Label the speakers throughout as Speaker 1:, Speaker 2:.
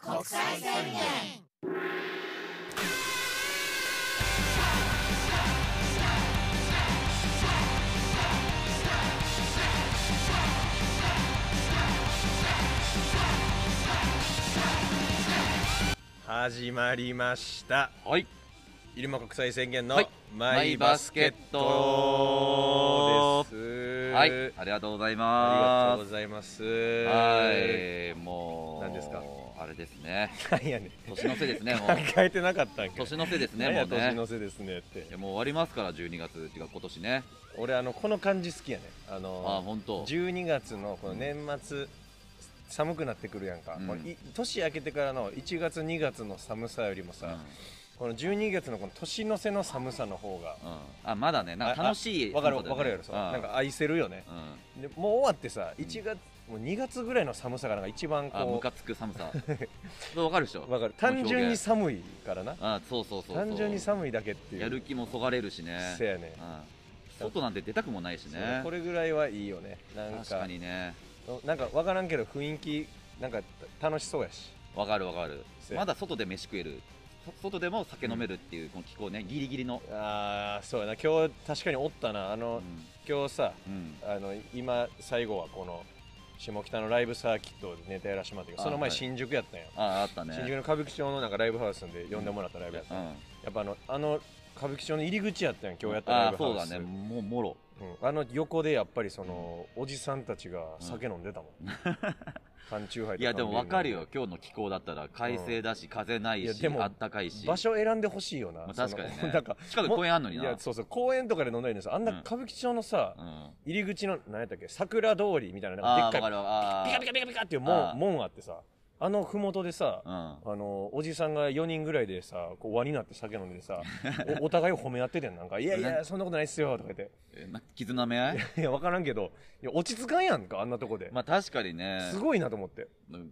Speaker 1: 国際宣言始まりました
Speaker 2: はい
Speaker 1: 入間国際宣言の
Speaker 2: はい
Speaker 1: マイバスケットです、
Speaker 2: はいありがとうご
Speaker 1: あ
Speaker 2: ざい
Speaker 1: りが
Speaker 2: ま
Speaker 1: とう
Speaker 2: す
Speaker 1: ございます
Speaker 2: はいもう
Speaker 1: 何ですか
Speaker 2: あれですね
Speaker 1: なんやねん
Speaker 2: 年の瀬ですねも
Speaker 1: 考
Speaker 2: う
Speaker 1: えてなかったんか
Speaker 2: 年の瀬ですね
Speaker 1: 何
Speaker 2: も
Speaker 1: や
Speaker 2: う
Speaker 1: 年
Speaker 2: ね
Speaker 1: の瀬ですねっ
Speaker 2: い
Speaker 1: て
Speaker 2: やもう終わりますから12月っていうか今年ね
Speaker 1: 俺あのこの感じ好きやねあ
Speaker 2: あ
Speaker 1: の
Speaker 2: 本当
Speaker 1: 12月のこの年末、寒くなってくるやんか、
Speaker 2: うん
Speaker 1: これい年明けてからの1月2月の寒さよりもさ、
Speaker 2: うん
Speaker 1: この12月のこの年の瀬の寒さの方が
Speaker 2: うんあまだねなんか楽しい
Speaker 1: わかる
Speaker 2: そうだ
Speaker 1: わか
Speaker 2: よね
Speaker 1: るやろそう
Speaker 2: うん
Speaker 1: なんか愛せるよね
Speaker 2: うん
Speaker 1: でもう終わってさ
Speaker 2: うん
Speaker 1: 1月、もう2月ぐらいの寒さがなんか一番
Speaker 2: あム
Speaker 1: こ
Speaker 2: カつく 寒さそうわかるでしょ
Speaker 1: うわかる単純に
Speaker 2: こ
Speaker 1: 寒いからな
Speaker 2: の表現あそうそうそうそう
Speaker 1: 単純に寒いだけっていう
Speaker 2: やる気もそがれるしね
Speaker 1: せやね
Speaker 2: うん外なんて出たくもないし
Speaker 1: そう
Speaker 2: ね
Speaker 1: これぐらいはいいよねなんか
Speaker 2: 確かにね
Speaker 1: なんか分からんけど雰囲気なんか楽しそうやし
Speaker 2: わかるわかる
Speaker 1: せや
Speaker 2: まだ外で飯食えるそ外でも酒飲めるっていうこの気候ねギリギリの
Speaker 1: あーそうやな今日確かにおったなあ
Speaker 2: う
Speaker 1: の、
Speaker 2: ん
Speaker 1: 今日さ
Speaker 2: うん
Speaker 1: あの今最後はこの下北のライブサーキットでネタやらしてもらったけど
Speaker 2: あ
Speaker 1: その前
Speaker 2: はい
Speaker 1: 新宿やったんや、
Speaker 2: ああった
Speaker 1: 新宿
Speaker 2: ね
Speaker 1: の歌舞伎町のなんかライブハウスで呼んでもらったライブやった、
Speaker 2: うん
Speaker 1: やっぱあのあの歌舞伎町の入り口やったんや今日やったライ
Speaker 2: あ
Speaker 1: ブハウス
Speaker 2: そうだねもうもろ
Speaker 1: うんあの横でやっぱりその、おじさんたちが酒飲んでたもん、 缶チューハイと
Speaker 2: いやでもわかる
Speaker 1: 缶
Speaker 2: よ今日の気候だったら快晴だし風ない
Speaker 1: いや
Speaker 2: し
Speaker 1: でも
Speaker 2: あったかい
Speaker 1: ビール
Speaker 2: し
Speaker 1: の場所選んでほしいよな、
Speaker 2: まあ確かに
Speaker 1: その
Speaker 2: ね
Speaker 1: なんか
Speaker 2: 近く公園あんの
Speaker 1: い
Speaker 2: に
Speaker 1: や
Speaker 2: な
Speaker 1: そうそう公園とかで飲んだりですあんな
Speaker 2: うん
Speaker 1: 歌舞伎町のさ、
Speaker 2: うん
Speaker 1: 入り口の何やったっけ桜通りみたいなな
Speaker 2: あ
Speaker 1: んかでっか
Speaker 2: ーわか
Speaker 1: い
Speaker 2: るわあ
Speaker 1: ピカ
Speaker 2: ー
Speaker 1: ピカピカピカっていう
Speaker 2: あ
Speaker 1: 門
Speaker 2: ー
Speaker 1: 門あってさあの麓でさ、
Speaker 2: うん
Speaker 1: あのおじさんが4人ぐらいでさこう輪になって酒飲んで さおお互いを褒め合っててんなんか「いやいやそんなことないっすよ」とか言っ
Speaker 2: えな絆め合い
Speaker 1: ていや分からんけどいや落ち着かんやんかあんなとこで、
Speaker 2: まあ確かにね
Speaker 1: すごいなと思って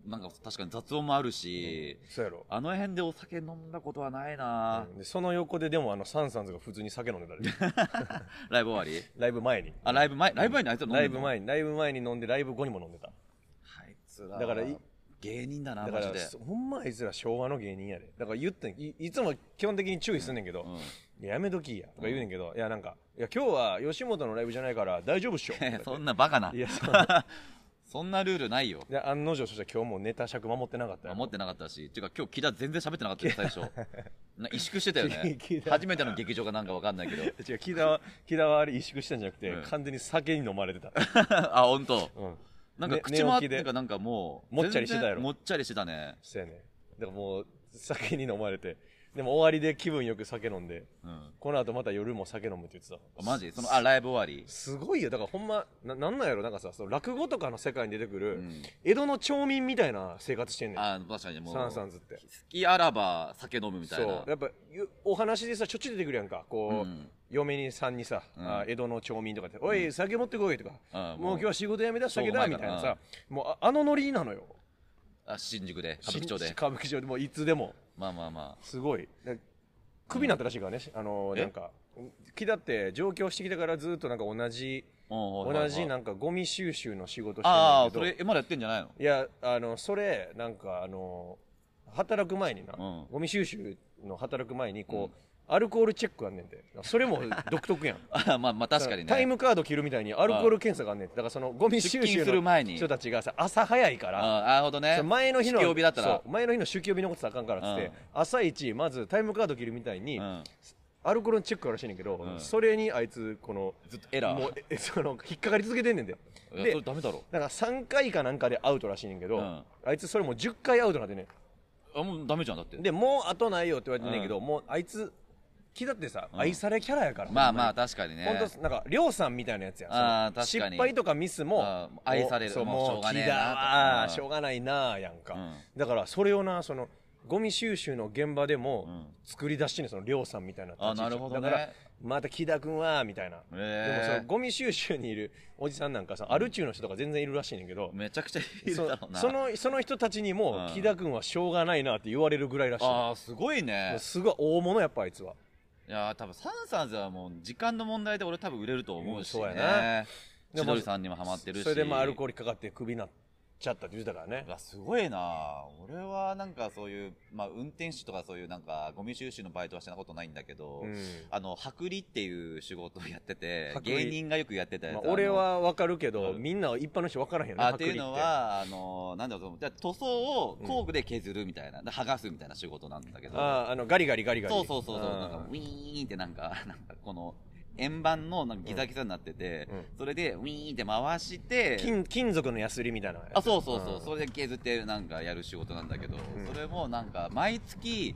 Speaker 2: なんか確かに雑音もあるし
Speaker 1: そうやろ、
Speaker 2: あの辺でお酒飲んだことはないな
Speaker 1: うんでその横ででもあのサンサンズが普通に酒飲んで たで
Speaker 2: ライブ終わり
Speaker 1: ライブ前に
Speaker 2: あライブ前ライブ前にあいつら飲んで
Speaker 1: ライ
Speaker 2: ん
Speaker 1: ブ
Speaker 2: の
Speaker 1: 前にライブ前に飲んでライブ後にも飲んでた
Speaker 2: あいつら
Speaker 1: だからい
Speaker 2: 芸人だな
Speaker 1: だか
Speaker 2: マジ
Speaker 1: ら
Speaker 2: で、
Speaker 1: そほんまあいつら昭和の芸人やでだから言ってんいいつも基本的に注意すんねんけど、
Speaker 2: うん、
Speaker 1: いややめときやとか言うねんけど、いやなんかいや今日は吉本のライブじゃないから大丈夫っしょ
Speaker 2: そんなバカない
Speaker 1: やそう
Speaker 2: そんなルールないよ
Speaker 1: で案の定そしたら今日もネタ尺守ってなかったよ
Speaker 2: 守ってなかったしっていうか今日木田全然喋ってなかったよ最初な萎縮してたよね
Speaker 1: 木田
Speaker 2: 初めての劇場かなんかわかんない けど
Speaker 1: 違う木田は木田はあれ萎縮したんじゃなくて、
Speaker 2: うん
Speaker 1: 完全に酒に飲まれてた、
Speaker 2: あ本当。
Speaker 1: うん、
Speaker 2: なんか
Speaker 1: ね
Speaker 2: 口もあっ
Speaker 1: 寝起きで
Speaker 2: てかなんかもう
Speaker 1: もっちゃりしてたやろ
Speaker 2: 全然もっちゃりしてたね、
Speaker 1: そうやねだからもう酒に飲まれてでも終わりで気分よく酒飲んで
Speaker 2: うん、
Speaker 1: この後また夜も酒飲むって言ってた
Speaker 2: あマジそのあライブ終わ
Speaker 1: すごいよだからほんまななんなんやろなんかさその落語とかの世界に出てく
Speaker 2: り、
Speaker 1: る、
Speaker 2: うん、
Speaker 1: 江戸の町民みたいな生活してんねん
Speaker 2: あ確かにもう
Speaker 1: サンサンズって
Speaker 2: 好きあらば酒飲むみたい
Speaker 1: そ
Speaker 2: な
Speaker 1: うやっぱゆお話でさちょっちゅう出てくるやんかこう、
Speaker 2: ん
Speaker 1: 嫁にさんにさ、
Speaker 2: うん
Speaker 1: あ江戸の町民とかって「おい酒持ってこい」とか、
Speaker 2: あ
Speaker 1: もう今日は仕事辞めた酒だ」
Speaker 2: そう
Speaker 1: みたいな
Speaker 2: お前
Speaker 1: さもうああのノリなのよ
Speaker 2: あ新宿で歌舞伎町
Speaker 1: 新
Speaker 2: で
Speaker 1: 歌舞伎町でもういつでも
Speaker 2: まあまあます
Speaker 1: ごいだクビになったらしいからね、あの
Speaker 2: え
Speaker 1: なんか木だって上京してきたからずっとなんか同じ
Speaker 2: あ、うん
Speaker 1: 同じ
Speaker 2: な
Speaker 1: なんかゴミ収集の仕事してるん
Speaker 2: あ
Speaker 1: だ
Speaker 2: あ
Speaker 1: け
Speaker 2: そ
Speaker 1: ど
Speaker 2: れえまだやってんじゃないの
Speaker 1: いやあのそれなんかあの働く前にな、
Speaker 2: うん
Speaker 1: ゴミ収集の働く前にこ
Speaker 2: う
Speaker 1: う、アルコールチェックあんねんてそれも独特やん
Speaker 2: あまあまあ 確かにね
Speaker 1: タイムカード切るみたいにアルコール検査があんねんてだからそのゴミ収
Speaker 2: 出勤
Speaker 1: 集
Speaker 2: する
Speaker 1: の
Speaker 2: 前に
Speaker 1: 人たちがさ朝早いから
Speaker 2: ああなるほどね
Speaker 1: その前の日の
Speaker 2: 酒気帯びだったら
Speaker 1: そう前の日の酒気帯びのことさあかんからっつって、
Speaker 2: うん
Speaker 1: 朝一まずタイムカード切るみたいに、
Speaker 2: うん、
Speaker 1: アルコールのチェックあるらしいねんけど、
Speaker 2: うん
Speaker 1: それにあいつこの
Speaker 2: ずっとエラー
Speaker 1: もうえ その引っかかり続けてんねんて
Speaker 2: いや
Speaker 1: で
Speaker 2: それダメだろ
Speaker 1: だから3回かなんかでアウトらしいねんけど、
Speaker 2: うん
Speaker 1: あいつそれもう10回アウトなんでね
Speaker 2: あもうダメじゃんだって
Speaker 1: でもう後ないよって言われてんねんけど、もうあいつ気だってさ、
Speaker 2: ん
Speaker 1: 愛されキャラやから
Speaker 2: まあまあ確かにね
Speaker 1: 本当なんか亮さんみたいなやつやんそ
Speaker 2: あー
Speaker 1: の
Speaker 2: 確かに
Speaker 1: 失敗とかミスも
Speaker 2: あー愛される
Speaker 1: そう
Speaker 2: もう
Speaker 1: も
Speaker 2: しょ
Speaker 1: う
Speaker 2: うがね
Speaker 1: 気
Speaker 2: え
Speaker 1: だ
Speaker 2: な
Speaker 1: わ
Speaker 2: とうん
Speaker 1: しょうがないなやんか、
Speaker 2: うん
Speaker 1: だからそれをなそのゴミ収集の現場でも
Speaker 2: うん
Speaker 1: 作り出してんねんその亮さんみたいな立ち位置
Speaker 2: あなるほどね
Speaker 1: だからまた木田君はみたいな、
Speaker 2: へー
Speaker 1: でもそのゴミ収集にいるおじさんなんかさ、アル中の人とか全然いるらしいねんけど、
Speaker 2: めちゃくちゃいる
Speaker 1: そ
Speaker 2: だろうな
Speaker 1: そのその人たちにも、
Speaker 2: うん
Speaker 1: 木田君はしょうがないなって言われるぐらいらしいも
Speaker 2: ああすごいうね
Speaker 1: すごい大物やっぱあいつはい
Speaker 2: やー多分サンサンズはもう時間の問題で俺多分売れると思うし
Speaker 1: うんそうや
Speaker 2: ね
Speaker 1: な
Speaker 2: 千鳥さんにもハマってるし
Speaker 1: それでまあアルコールかかってクビになっちゃったって言ってたからね
Speaker 2: うわすごいな俺はなんかそういう、まあ、運転手とかそういうなんかゴミ収集のバイトはしたことないんだけど、
Speaker 1: うん
Speaker 2: あの剥離っていう仕事をやってて
Speaker 1: 剥離
Speaker 2: 芸人がよくやってたやつ、
Speaker 1: まあ
Speaker 2: あの
Speaker 1: 俺は分かるけ
Speaker 2: あ
Speaker 1: ど
Speaker 2: の
Speaker 1: みんなは一般の人分からへんよね
Speaker 2: あ
Speaker 1: 剥離
Speaker 2: っていうのはあのなんだろうだから塗装を
Speaker 1: うん
Speaker 2: 工具で削るみたいな、で剥がすみたいな仕事なんだけど
Speaker 1: あーあのガリガリガリガリ
Speaker 2: そうそうそうそう
Speaker 1: あー
Speaker 2: なんかウィーンってなんか なんかこの円盤のなんかギザギザになってて、
Speaker 1: うん
Speaker 2: それでウィーンって回して
Speaker 1: 金金属のヤスリみたいなやつ
Speaker 2: あそうそうそう、
Speaker 1: うん
Speaker 2: それで削ってなんかやる仕事なんだけど、
Speaker 1: ん
Speaker 2: それもなんか毎月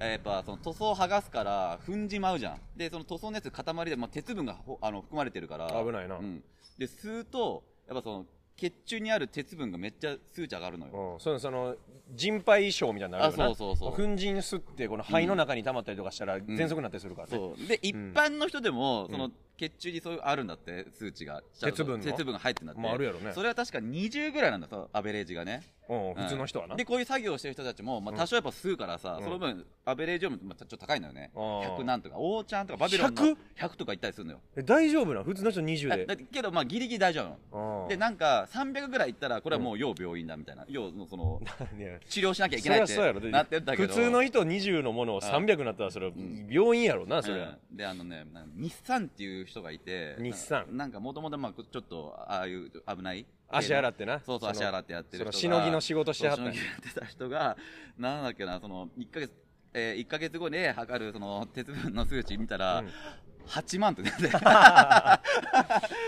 Speaker 2: えーやっぱその塗装を剥がすから粉じ舞うじゃんでその塗装のやつ塊で、まあ、鉄分がほあの含まれてるから
Speaker 1: 危ないな
Speaker 2: う、ん、で吸うとやっぱその血中にある鉄分がめっちゃ数値上がるのよ、
Speaker 1: うん、そのその人肺症みたいになるよな
Speaker 2: あそうそうそう
Speaker 1: 粉塵吸ってこの肺の中に溜まったりとかしたら喘息になったりするからね、
Speaker 2: そうで一般の人でも、
Speaker 1: うん
Speaker 2: その血中にそういうあるんだって数値がちゃんと
Speaker 1: 鉄分の
Speaker 2: 鉄分が入ってんだって、
Speaker 1: まああるやろね
Speaker 2: それは確か20ぐらいなんだそのアベレージがね
Speaker 1: うん普通の人はな、
Speaker 2: でこういう作業をしてる人たちも、まあ、多少やっぱ吸うからさ、
Speaker 1: うん
Speaker 2: その分アベレージよりもまあちょっと高いのよね
Speaker 1: あー
Speaker 2: 100なんとか王ちゃんとかバビロンの
Speaker 1: 100?
Speaker 2: 100とかいったりするのよ
Speaker 1: え大丈夫なの普通の人
Speaker 2: だ
Speaker 1: 20で
Speaker 2: だってけどまあギリギリ大丈夫な
Speaker 1: うん
Speaker 2: のでなんか300ぐらいいったらこれはもう要病院だみたいな、要のその
Speaker 1: いや
Speaker 2: 治療しなきゃいけ
Speaker 1: そ
Speaker 2: な
Speaker 1: り
Speaker 2: い
Speaker 1: ゃ
Speaker 2: って
Speaker 1: そうやろ
Speaker 2: なってんだけ
Speaker 1: 普
Speaker 2: ど
Speaker 1: 通の人20のものを300になったらそれは病院やろなそれは、
Speaker 2: うんであのねなんか日産っていう人がいて
Speaker 1: 日産
Speaker 2: なんかもともとまあちょっとああいう危ない
Speaker 1: 足洗ってな
Speaker 2: そうそ
Speaker 1: の
Speaker 2: う足洗ってやってる人が
Speaker 1: そのしのぎの仕事してはったん
Speaker 2: そ
Speaker 1: や
Speaker 2: うしのぎやってた人がなんだっけなその1ヶ月えー、1ヶ月後で測るその鉄分の数値見たら、8万って出て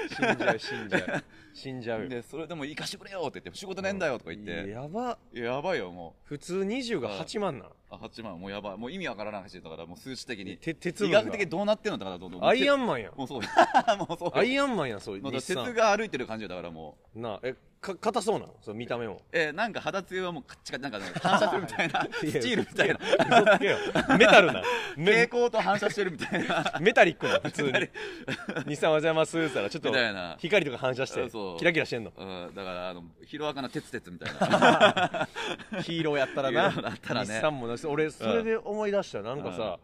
Speaker 1: 死んじゃう死んじゃう死んじゃう
Speaker 2: でそれでも行かしてくれよって言って仕事ねえんだよとか言って、
Speaker 1: やば
Speaker 2: やばいよも
Speaker 1: 普通20が8万な
Speaker 2: うあ8万もうやばいもう意味わからない話だからもう数値的に
Speaker 1: て鉄
Speaker 2: 医
Speaker 1: 分が
Speaker 2: 学的にどうなってんのだからどうどう
Speaker 1: アイア
Speaker 2: ン
Speaker 1: ンマンやん
Speaker 2: もうそうもうそう
Speaker 1: アイアンマンやんそう
Speaker 2: もうだから
Speaker 1: 日
Speaker 2: 鉄
Speaker 1: 産
Speaker 2: が歩いてる感じよだからもう
Speaker 1: なあえか硬そうなのその見た目も
Speaker 2: えー、なんか肌つゆはもうカッチカチなんかね反射するみたいなスチールみたいな
Speaker 1: 嘘つけよメタル な
Speaker 2: 蛍
Speaker 1: メ
Speaker 2: 光と反射してるみたいな
Speaker 1: メタリックな普通に「日産おはようございます」っつったらちょっと
Speaker 2: みたいな
Speaker 1: 光とか反射して
Speaker 2: そう
Speaker 1: キラキラしてんの
Speaker 2: うんだからあのヒロアカの鉄鉄みたいな
Speaker 1: ヒーローやったら
Speaker 2: ヒーロー
Speaker 1: な
Speaker 2: やったらね
Speaker 1: 日産もな俺それで思い出したなんかさ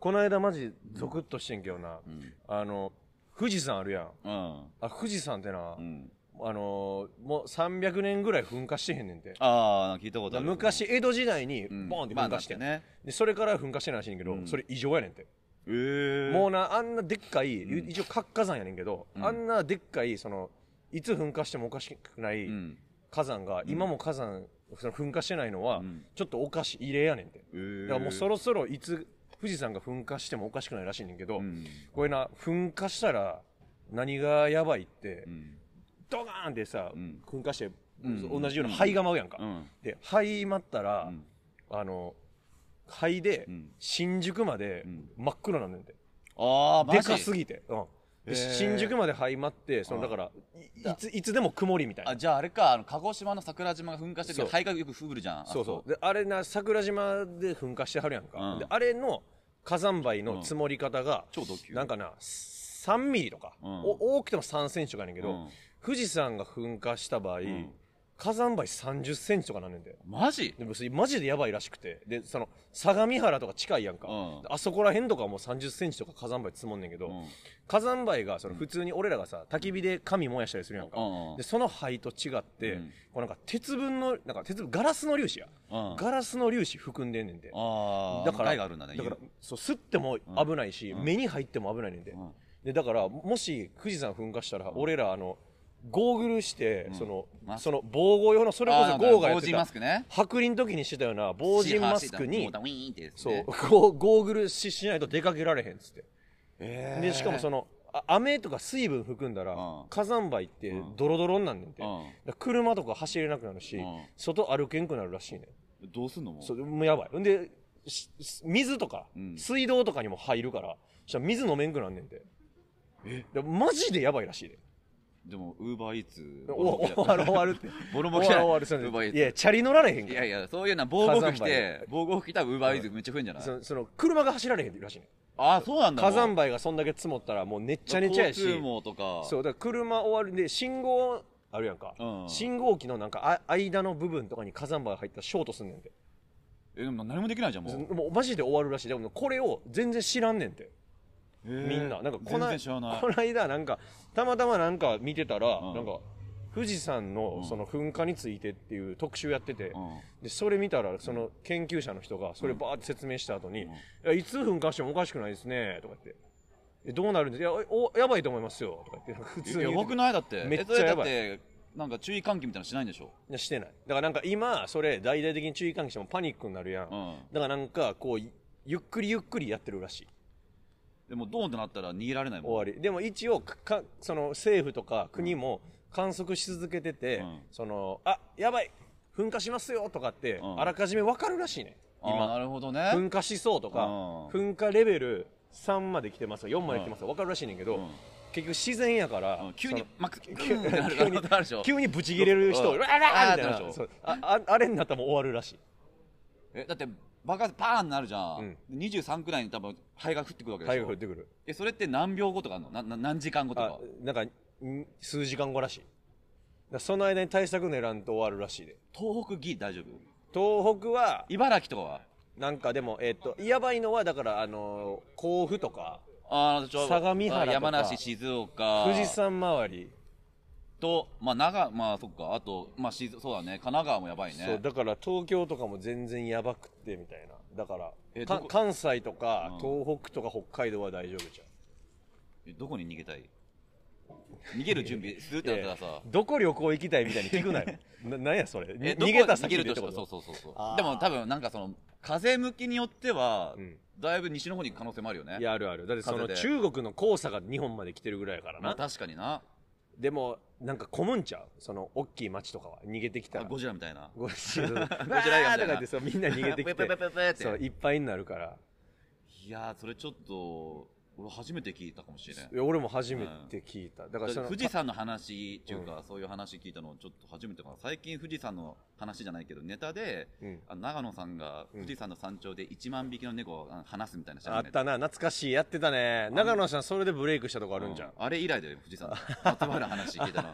Speaker 1: この間マジゾクッとしてんけどな
Speaker 2: うん
Speaker 1: あの富士山あるやん
Speaker 2: うん、
Speaker 1: あ富士山ってな
Speaker 2: うん、
Speaker 1: あのーもう300年ぐらい噴火してへんねんて
Speaker 2: ああ聞いたことある
Speaker 1: 昔江戸時代に
Speaker 2: うん
Speaker 1: ボンって噴火してん
Speaker 2: まあだってね
Speaker 1: でそれから噴火してないらしいんけど
Speaker 2: うん
Speaker 1: それ異常やねんて
Speaker 2: えー、
Speaker 1: も
Speaker 2: う
Speaker 1: うなあんなでっかい、
Speaker 2: うん
Speaker 1: 一応活火山やねんけど、
Speaker 2: うん
Speaker 1: あんなでっかいそのいつ噴火してもおかしくない
Speaker 2: ん
Speaker 1: 火山が、
Speaker 2: ん
Speaker 1: 今も火山その噴火してないのは、
Speaker 2: うん
Speaker 1: ちょっとおかしい異例やねんて
Speaker 2: えー
Speaker 1: だからもうそろそろいつ富士山が噴火してもおかしくないらしいねんけど、
Speaker 2: うん
Speaker 1: これな噴火したら何がやばいって、
Speaker 2: うん
Speaker 1: ドカーンってさ、
Speaker 2: うん
Speaker 1: 噴火して、
Speaker 2: うん
Speaker 1: 同じような灰が舞うやんか、
Speaker 2: うん
Speaker 1: で灰舞ったら、
Speaker 2: うん
Speaker 1: あの灰で
Speaker 2: うん
Speaker 1: 新宿まで
Speaker 2: うん
Speaker 1: 真っ黒なんねんて、
Speaker 2: ああマジ
Speaker 1: でかすぎて、うんで
Speaker 2: へー
Speaker 1: 新宿まで灰まってそのだからいいついつでも曇りみたい
Speaker 2: あ
Speaker 1: な
Speaker 2: じゃああれかあの鹿児島の桜島が噴火してる
Speaker 1: そう
Speaker 2: 時灰がよく降るじゃんあ
Speaker 1: そうそうであれな桜島で噴火してはるやんか、
Speaker 2: うん
Speaker 1: であれの火山灰の積もり方が、
Speaker 2: 超ド級
Speaker 1: なんかな3ミリとか、
Speaker 2: うん
Speaker 1: お多くても3センチとかやねんけど、
Speaker 2: うん
Speaker 1: 富士山が噴火した場合、
Speaker 2: ん
Speaker 1: 火山灰30センチとかなんねんで
Speaker 2: マジ
Speaker 1: でもそれマジでやばいらしくてでその相模原とか近いやんか、
Speaker 2: うん
Speaker 1: あそこら辺とかもう30センチとか火山灰積もんねんけど、
Speaker 2: うん
Speaker 1: 火山灰がその普通に俺らがさ焚き火で紙燃やしたりするやんか、
Speaker 2: うんうん
Speaker 1: でその灰と違って、
Speaker 2: うん
Speaker 1: こうなんか鉄分のなんか鉄分ガラスの粒子や、
Speaker 2: うん
Speaker 1: ガラスの粒子含んでんねんで
Speaker 2: ああ
Speaker 1: だから
Speaker 2: 害があるんだね
Speaker 1: からそう吸っても危ないし、目に入っても危ないねんで,、
Speaker 2: ん
Speaker 1: でだからもし富士山噴火したら、俺らあのゴーグルして、その
Speaker 2: マスク
Speaker 1: その防護用のそれこ
Speaker 2: あ
Speaker 1: そ
Speaker 2: ー
Speaker 1: ゴーがやっ
Speaker 2: 防
Speaker 1: て
Speaker 2: 塵マ
Speaker 1: た
Speaker 2: スクね
Speaker 1: 白輪の時にしてたような防塵マスク
Speaker 2: シーハーシー
Speaker 1: に
Speaker 2: ターウィーンってやつ
Speaker 1: そう、
Speaker 2: ね
Speaker 1: ゴーゴーグルししないと出かけられへんっつって。
Speaker 2: えー
Speaker 1: でしかもそのあ雨とか水分含んだら、
Speaker 2: うん
Speaker 1: 火山灰って
Speaker 2: うん
Speaker 1: ドロドロになんねんて、
Speaker 2: う
Speaker 1: だか
Speaker 2: ん
Speaker 1: ら車とか走れなくなるし、
Speaker 2: うん
Speaker 1: 外歩けんくなるらしいね
Speaker 2: どうすんのもう
Speaker 1: それもうやばいほんでしし水とか、
Speaker 2: うん
Speaker 1: 水道とかにも入るからそしたら水飲めんくなんねんてでマジでやばいらしい で
Speaker 2: でもウーバーイーツ
Speaker 1: お終わる終わるって
Speaker 2: ボロボ ロ
Speaker 1: 終
Speaker 2: 来
Speaker 1: わる
Speaker 2: たウ
Speaker 1: 終わるそ
Speaker 2: ーバー
Speaker 1: れ
Speaker 2: イー
Speaker 1: で
Speaker 2: ツ
Speaker 1: いやチャリ乗られへん
Speaker 2: い
Speaker 1: か
Speaker 2: や
Speaker 1: ら
Speaker 2: いやそういうな防護服着
Speaker 1: 火山
Speaker 2: て防護服着たウーバーイーツめっちゃ増えんじゃない
Speaker 1: そその車が走られへんらしいね
Speaker 2: ああそうなんだ
Speaker 1: 火
Speaker 2: も
Speaker 1: 山
Speaker 2: う
Speaker 1: 灰がそんだけ積もったらもうねっちゃねちゃやし
Speaker 2: 交通網とか
Speaker 1: そうだから車終わるんで信号あるやんか、
Speaker 2: うん
Speaker 1: 信号機のなんかあ間の部分とかに火山灰入ったらショートすんねんて
Speaker 2: えでも何もできないじゃんもう
Speaker 1: もうマジで終わるらしいでもこれを全然知らんねんて
Speaker 2: み
Speaker 1: みんななんかこ
Speaker 2: 全
Speaker 1: な
Speaker 2: 然知らない
Speaker 1: この間なんかたまたまなんか見てたら、
Speaker 2: うん
Speaker 1: なんか富士山
Speaker 2: う
Speaker 1: の
Speaker 2: ん
Speaker 1: その噴火についてっていう特集やってて、
Speaker 2: うん
Speaker 1: でそれ見たらその研究者の人がそれバーって説明した後に、
Speaker 2: うん
Speaker 1: いやいつ噴火してもおかしくないですねとか言ってえどうなるんですかいやおやばいと思いますよとか言って普通に
Speaker 2: や
Speaker 1: 言
Speaker 2: ば
Speaker 1: って
Speaker 2: くないだって
Speaker 1: めっちゃ
Speaker 2: えそれ
Speaker 1: やばい
Speaker 2: だってなんか注意喚起みたいなのしないんでしょ、
Speaker 1: いやしてないだからなんか今それ大々的に注意喚起してもパニックになるやん、
Speaker 2: う
Speaker 1: だ
Speaker 2: ん、
Speaker 1: からなんかこうゆゆっくりゆっくりやってるらしい
Speaker 2: でもドーンってなったら逃げられないもん
Speaker 1: 終わりでも一応かかその政府とか国も観測し続けてて、
Speaker 2: うん
Speaker 1: そのあやばい噴火しますよとかって、
Speaker 2: うん
Speaker 1: あらかじめ分かるらしいね
Speaker 2: あーな
Speaker 1: 今
Speaker 2: るほど
Speaker 1: 噴
Speaker 2: ね
Speaker 1: 火しそうとか、
Speaker 2: うん
Speaker 1: 噴火レベル3まで来てますよ4まで来てますよ分かるらしいねんけど、
Speaker 2: うん
Speaker 1: 結局自然やから、
Speaker 2: うん 急
Speaker 1: そ
Speaker 2: に
Speaker 1: の
Speaker 2: マックス
Speaker 1: 急に
Speaker 2: なるほどあるでしょ
Speaker 1: 急にブチ切れる人、
Speaker 2: うん
Speaker 1: うわらーみたい
Speaker 2: あーってなる
Speaker 1: な
Speaker 2: でし
Speaker 1: そ
Speaker 2: ょ
Speaker 1: うあああれになったらもう終わるらしい
Speaker 2: えだって爆発パーンってなるじゃん、23くらいに多分肺が降ってくるわけで
Speaker 1: 台
Speaker 2: しょ、
Speaker 1: 風降ってくる
Speaker 2: えそれって何秒後とかあるのなな何時間後と
Speaker 1: あ
Speaker 2: か
Speaker 1: なんかん数時間後らしいだからその間に対策練らんと終わるらしいで
Speaker 2: 東北ギリ大丈夫
Speaker 1: 東北は
Speaker 2: 茨城とかは
Speaker 1: なんかでもえっ、とやばいのはだからあのー甲府とか
Speaker 2: あーちょ
Speaker 1: 相模原とか
Speaker 2: あ山梨静岡
Speaker 1: 富士山周り、
Speaker 2: とまあ長まあそっかあとまあ静そうだね神奈川もやばい
Speaker 1: そう
Speaker 2: ね
Speaker 1: だから東京とかも全然やばくってみたいなだから
Speaker 2: え
Speaker 1: か
Speaker 2: どこ
Speaker 1: 関西とか
Speaker 2: うん
Speaker 1: 東北とか北海道は大丈夫じゃん
Speaker 2: えどこに逃げたい逃げる準備するってなったらさ
Speaker 1: どこ旅行行きたいみたいに聞くなよななんやそれに
Speaker 2: えどこ
Speaker 1: 逃げた先
Speaker 2: 逃
Speaker 1: で
Speaker 2: げるとしたら
Speaker 1: って
Speaker 2: そ
Speaker 1: こ
Speaker 2: うそうそうそう
Speaker 1: あー
Speaker 2: でも多分なんかその風向きによっては、
Speaker 1: うん
Speaker 2: だいぶ西の方に行く可能性もあるよね
Speaker 1: いやあるあるだってその
Speaker 2: 風で
Speaker 1: 中国の黄砂が日本まで来てるぐらいやから
Speaker 2: まあ
Speaker 1: な
Speaker 2: 確かにな
Speaker 1: でもなんか混むんちゃうその大きい町とかは逃げてきた
Speaker 2: あ
Speaker 1: ら
Speaker 2: ゴジラみたいな
Speaker 1: ゴジラゴジラ
Speaker 2: みたいな
Speaker 1: だからってそうみん な逃げてき
Speaker 2: ペペペペペって
Speaker 1: てそういっぱいになるから
Speaker 2: いやーそれちょっと俺初めて聞いたかもしれない
Speaker 1: いや俺も初めて聞いた、だからその
Speaker 2: 富士山の話っていうか、そういう話聞いたのちょっと初めてかな最近富士山の話じゃないけどネタで
Speaker 1: うん
Speaker 2: あの長野さんが
Speaker 1: うん
Speaker 2: 富士山の山頂で1万匹の猫をあの放すみたいな
Speaker 1: あったな懐かしいやってたね長野さんそれでブレイクしたとこあ
Speaker 2: あ
Speaker 1: るんじゃん、
Speaker 2: あれ以来だよ富士山のまつわる話聞いたの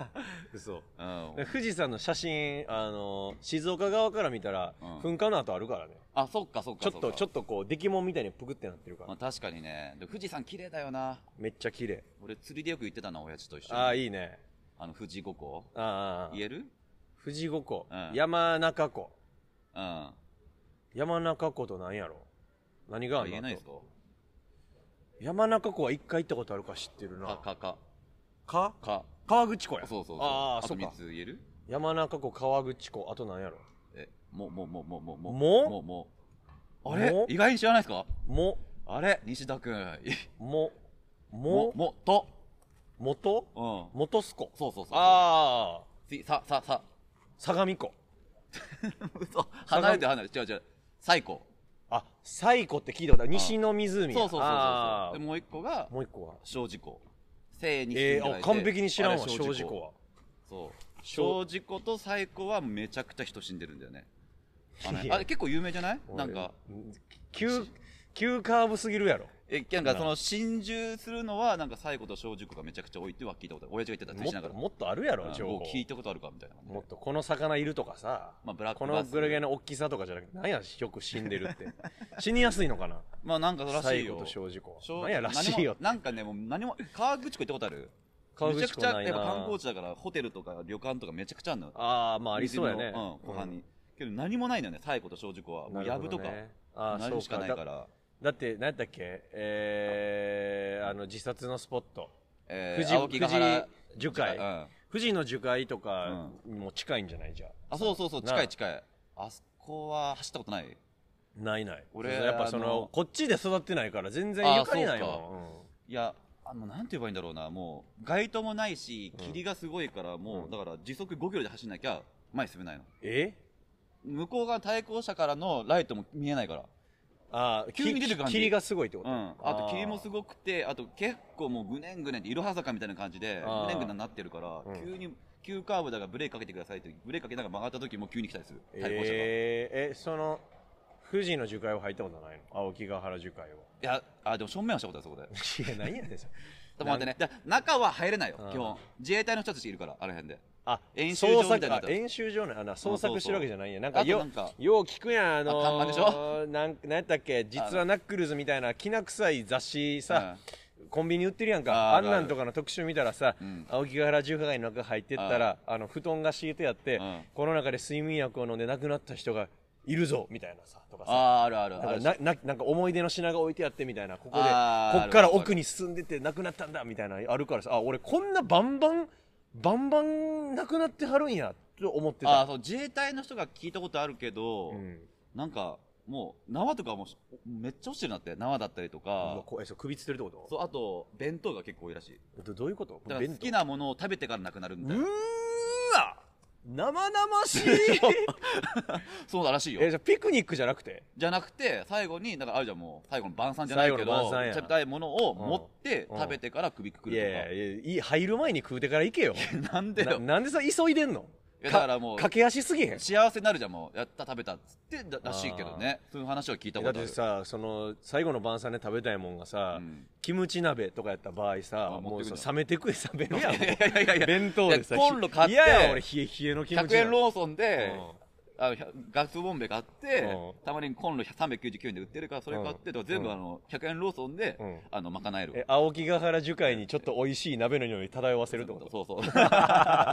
Speaker 1: 嘘
Speaker 2: うん
Speaker 1: 富士山の写真あの静岡側から見たら、
Speaker 2: うん
Speaker 1: 噴火の跡あるからね
Speaker 2: あそっかそっか
Speaker 1: ちょっ
Speaker 2: そ
Speaker 1: と
Speaker 2: か
Speaker 1: ちょっとこう出来物みたいにぷくってなってるから、
Speaker 2: まあ、確かにねで富士山綺麗だよな
Speaker 1: めっちゃ綺麗
Speaker 2: 俺釣りでよく行ってたな親父と一緒に
Speaker 1: ああいいね
Speaker 2: あの富士五湖
Speaker 1: ああああ
Speaker 2: 言える
Speaker 1: 富士五湖、
Speaker 2: うん
Speaker 1: 山中湖
Speaker 2: うん
Speaker 1: 山中湖と何やろ何がある
Speaker 2: 言え
Speaker 1: の
Speaker 2: ないですか
Speaker 1: 山中湖は一回行ったことあるか知ってるな
Speaker 2: かかか
Speaker 1: か
Speaker 2: か
Speaker 1: 川口湖や
Speaker 2: そうそうそう
Speaker 1: ああ
Speaker 2: と
Speaker 1: そっ
Speaker 2: 3
Speaker 1: か
Speaker 2: つ言える
Speaker 1: 山中湖川口湖あと何やろ
Speaker 2: えもうもうもうもうもうも
Speaker 1: も
Speaker 2: もうもうあれ
Speaker 1: も
Speaker 2: 意外に知らないですか
Speaker 1: も
Speaker 2: あれ西田君い
Speaker 1: も
Speaker 2: も
Speaker 1: も
Speaker 2: もと
Speaker 1: 元
Speaker 2: うん
Speaker 1: 元栖湖
Speaker 2: そうそうそう
Speaker 1: ああ
Speaker 2: 次ささ さ
Speaker 1: 相模湖
Speaker 2: 嘘 離れて離れて違う違う最高
Speaker 1: あ西湖って聞いたことある西の湖や
Speaker 2: そうそうそうそう
Speaker 1: あ
Speaker 2: で
Speaker 1: ー
Speaker 2: もう一個が
Speaker 1: もう一個は
Speaker 2: 小事故正に
Speaker 1: え
Speaker 2: 住
Speaker 1: ー、
Speaker 2: んでい
Speaker 1: あ
Speaker 2: て
Speaker 1: 完璧に知らんわ
Speaker 2: あれ
Speaker 1: 小事故は
Speaker 2: そう
Speaker 1: 小
Speaker 2: 小事故と最高はめちゃくちゃ人死んでるんだよねあ
Speaker 1: い
Speaker 2: れ
Speaker 1: や
Speaker 2: あれ結構有名じゃないなんか
Speaker 1: 急急カーブすぎるやろ
Speaker 2: えなんかその心中するのはなんか最後と小事故がめちゃくちゃ多いっては聞いたことある親父が言ってた
Speaker 1: も
Speaker 2: り
Speaker 1: っ
Speaker 2: しなが
Speaker 1: と
Speaker 2: ら
Speaker 1: もっとあるやろ
Speaker 2: うん
Speaker 1: 情報
Speaker 2: もう聞いたことあるかみたいな感じで
Speaker 1: もっとこの魚いるとかさ、
Speaker 2: まあブラック
Speaker 1: こ
Speaker 2: バ
Speaker 1: の
Speaker 2: ス
Speaker 1: ぐらいの大きさとかじゃなくて何やよく死んでるって 死にやすいのかな
Speaker 2: まあなんからしい
Speaker 1: 最
Speaker 2: よ
Speaker 1: 後と小事故
Speaker 2: 正
Speaker 1: 何やらしいよ
Speaker 2: 何もなんかねもう何も川口湖行ったことある
Speaker 1: 川
Speaker 2: めちゃ
Speaker 1: 口
Speaker 2: く
Speaker 1: 湖
Speaker 2: ちゃ
Speaker 1: ない
Speaker 2: やっ
Speaker 1: な
Speaker 2: ぱ観光地だからホテルとか旅館とかめちゃくちゃあるのよ
Speaker 1: ああまあありそうやね
Speaker 2: 水のうん後半に、けど何もないのよね最後と小事故はもうやぶとか、
Speaker 1: ああそ
Speaker 2: 何
Speaker 1: う
Speaker 2: しか
Speaker 1: か
Speaker 2: ない
Speaker 1: だ
Speaker 2: から
Speaker 1: だって何やったっけえー、あの自殺のスポット
Speaker 2: え
Speaker 1: 富士
Speaker 2: 青木ヶ原
Speaker 1: 富士樹海
Speaker 2: うん、あ
Speaker 1: 富士の樹海とかも近いんじゃないじゃあ
Speaker 2: そうそうそう
Speaker 1: なあ
Speaker 2: 近い近いあそこは走ったことない
Speaker 1: ないない
Speaker 2: 俺
Speaker 1: やっぱそ
Speaker 2: あの
Speaker 1: のこっちで育ってないから全然ゆかりないも
Speaker 2: いやあのなんて言えばいいんだろうなもう街灯もないし霧がすごいから、もう、だから時速5キロで走んなきゃ前進めないの
Speaker 1: ん、え
Speaker 2: 向こう側対向車からのライトも見えないから
Speaker 1: ああ
Speaker 2: 急に出てく感じ
Speaker 1: 霧がすごいってこ
Speaker 2: う
Speaker 1: と、
Speaker 2: ん、あと霧もすごくてあと結構もうぐねんぐねんっていろは坂みたいな感じで
Speaker 1: あー
Speaker 2: ぐねんぐねんなってるから、
Speaker 1: うん
Speaker 2: 急に急カーブだからブレーキかけてくださいってブレーキかけながら曲がった時も急に来たりする対向車が、
Speaker 1: えー、えその富士の樹海は入ったことないの青木ヶ原樹海はい
Speaker 2: やあでも正面はしたことあるそこでちょ
Speaker 1: いや何やねんそれ
Speaker 2: っと待ってねだ中は入れないよ
Speaker 1: うん
Speaker 2: 基本自衛隊の人たちいるからあの辺で
Speaker 1: あ
Speaker 2: 演習場みたいになっ
Speaker 1: あ
Speaker 2: てる
Speaker 1: 演習場のあな捜
Speaker 2: そうそう
Speaker 1: 索してるわけじゃないんやなん
Speaker 2: あ
Speaker 1: か
Speaker 2: と
Speaker 1: よ
Speaker 2: なんか
Speaker 1: よう聞くやんあのー、
Speaker 2: あ看板でしょ
Speaker 1: なんなんやったっけ実はナックルズみたいなきな臭い雑誌さ、コンビニ売ってるやん
Speaker 2: あー
Speaker 1: かあ
Speaker 2: あ
Speaker 1: ん
Speaker 2: るある
Speaker 1: なんとかの特集見たらさ、
Speaker 2: うん
Speaker 1: 青木ヶ原住宅街の中入ってったらあの布団が敷いてあって、
Speaker 2: うん
Speaker 1: この中で睡眠薬を飲んで亡くなった人がいるぞみたいなさとかさ
Speaker 2: あーあるある
Speaker 1: だか
Speaker 2: あ
Speaker 1: ら
Speaker 2: る
Speaker 1: なななんか思い出の品が置いてあってみたいなここで
Speaker 2: あー
Speaker 1: こっから
Speaker 2: ある
Speaker 1: 奥に進んでてなくなったんだみたいなあるからさあ俺こんなバンバンバンバンなくなってはるんやと思ってた
Speaker 2: あーそう自衛隊の人が聞いたことあるけど、
Speaker 1: うん
Speaker 2: なんかもう縄とかもめっちゃ落ちてるなって縄だったりと
Speaker 1: うわ
Speaker 2: か
Speaker 1: こえそう首つってるってこ
Speaker 2: そうあと弁当が結構多いらしい
Speaker 1: とどどういうこと
Speaker 2: だから
Speaker 1: 弁
Speaker 2: 好
Speaker 1: 当
Speaker 2: きなものを食べてからなくなるみ
Speaker 1: う
Speaker 2: たい
Speaker 1: ー
Speaker 2: な
Speaker 1: わ生々しい
Speaker 2: そうだらしいよ
Speaker 1: えじゃあピクニックじゃなくて
Speaker 2: じゃなくて最後にだからあるじゃんもう最後の晩餐じゃないけ
Speaker 1: 最後の
Speaker 2: ど
Speaker 1: 晩餐や
Speaker 2: 食べたいものを
Speaker 1: ん
Speaker 2: 持って
Speaker 1: うん
Speaker 2: 食べてから首くく
Speaker 1: いやい
Speaker 2: る
Speaker 1: やいやいい入る前に食うてから行けよ
Speaker 2: とか なんで
Speaker 1: な
Speaker 2: よ
Speaker 1: なんでさ急いでんの
Speaker 2: いやだからもう
Speaker 1: 駆け足すぎへん
Speaker 2: 幸せになるじゃんもうやった食べたっつってだらしいけどねそういう話を聞いたこ
Speaker 1: だっ
Speaker 2: とあ
Speaker 1: て
Speaker 2: る
Speaker 1: さその最後の晩餐で食べたいもんがさ、
Speaker 2: うん
Speaker 1: キムチ鍋とかやった場合さ
Speaker 2: あ
Speaker 1: も
Speaker 2: 持っ
Speaker 1: う
Speaker 2: てくんだ
Speaker 1: さ冷めてくれ冷めるやんも
Speaker 2: いやいやいやいうや
Speaker 1: 弁当でさ
Speaker 2: いやコンロ買って
Speaker 1: いやいや俺冷え冷えのキムチ
Speaker 2: 100円ローソンで
Speaker 1: うん
Speaker 2: あのひゃガスボンベ買って
Speaker 1: うん
Speaker 2: たまにコンロ399円で売ってるからそれ買ってとか全部
Speaker 1: うん
Speaker 2: あの100円ローソンで
Speaker 1: うん
Speaker 2: あの賄える
Speaker 1: え青木ヶ原樹海にちょっと美味しい鍋の匂い漂わせるってこと
Speaker 2: そう そう集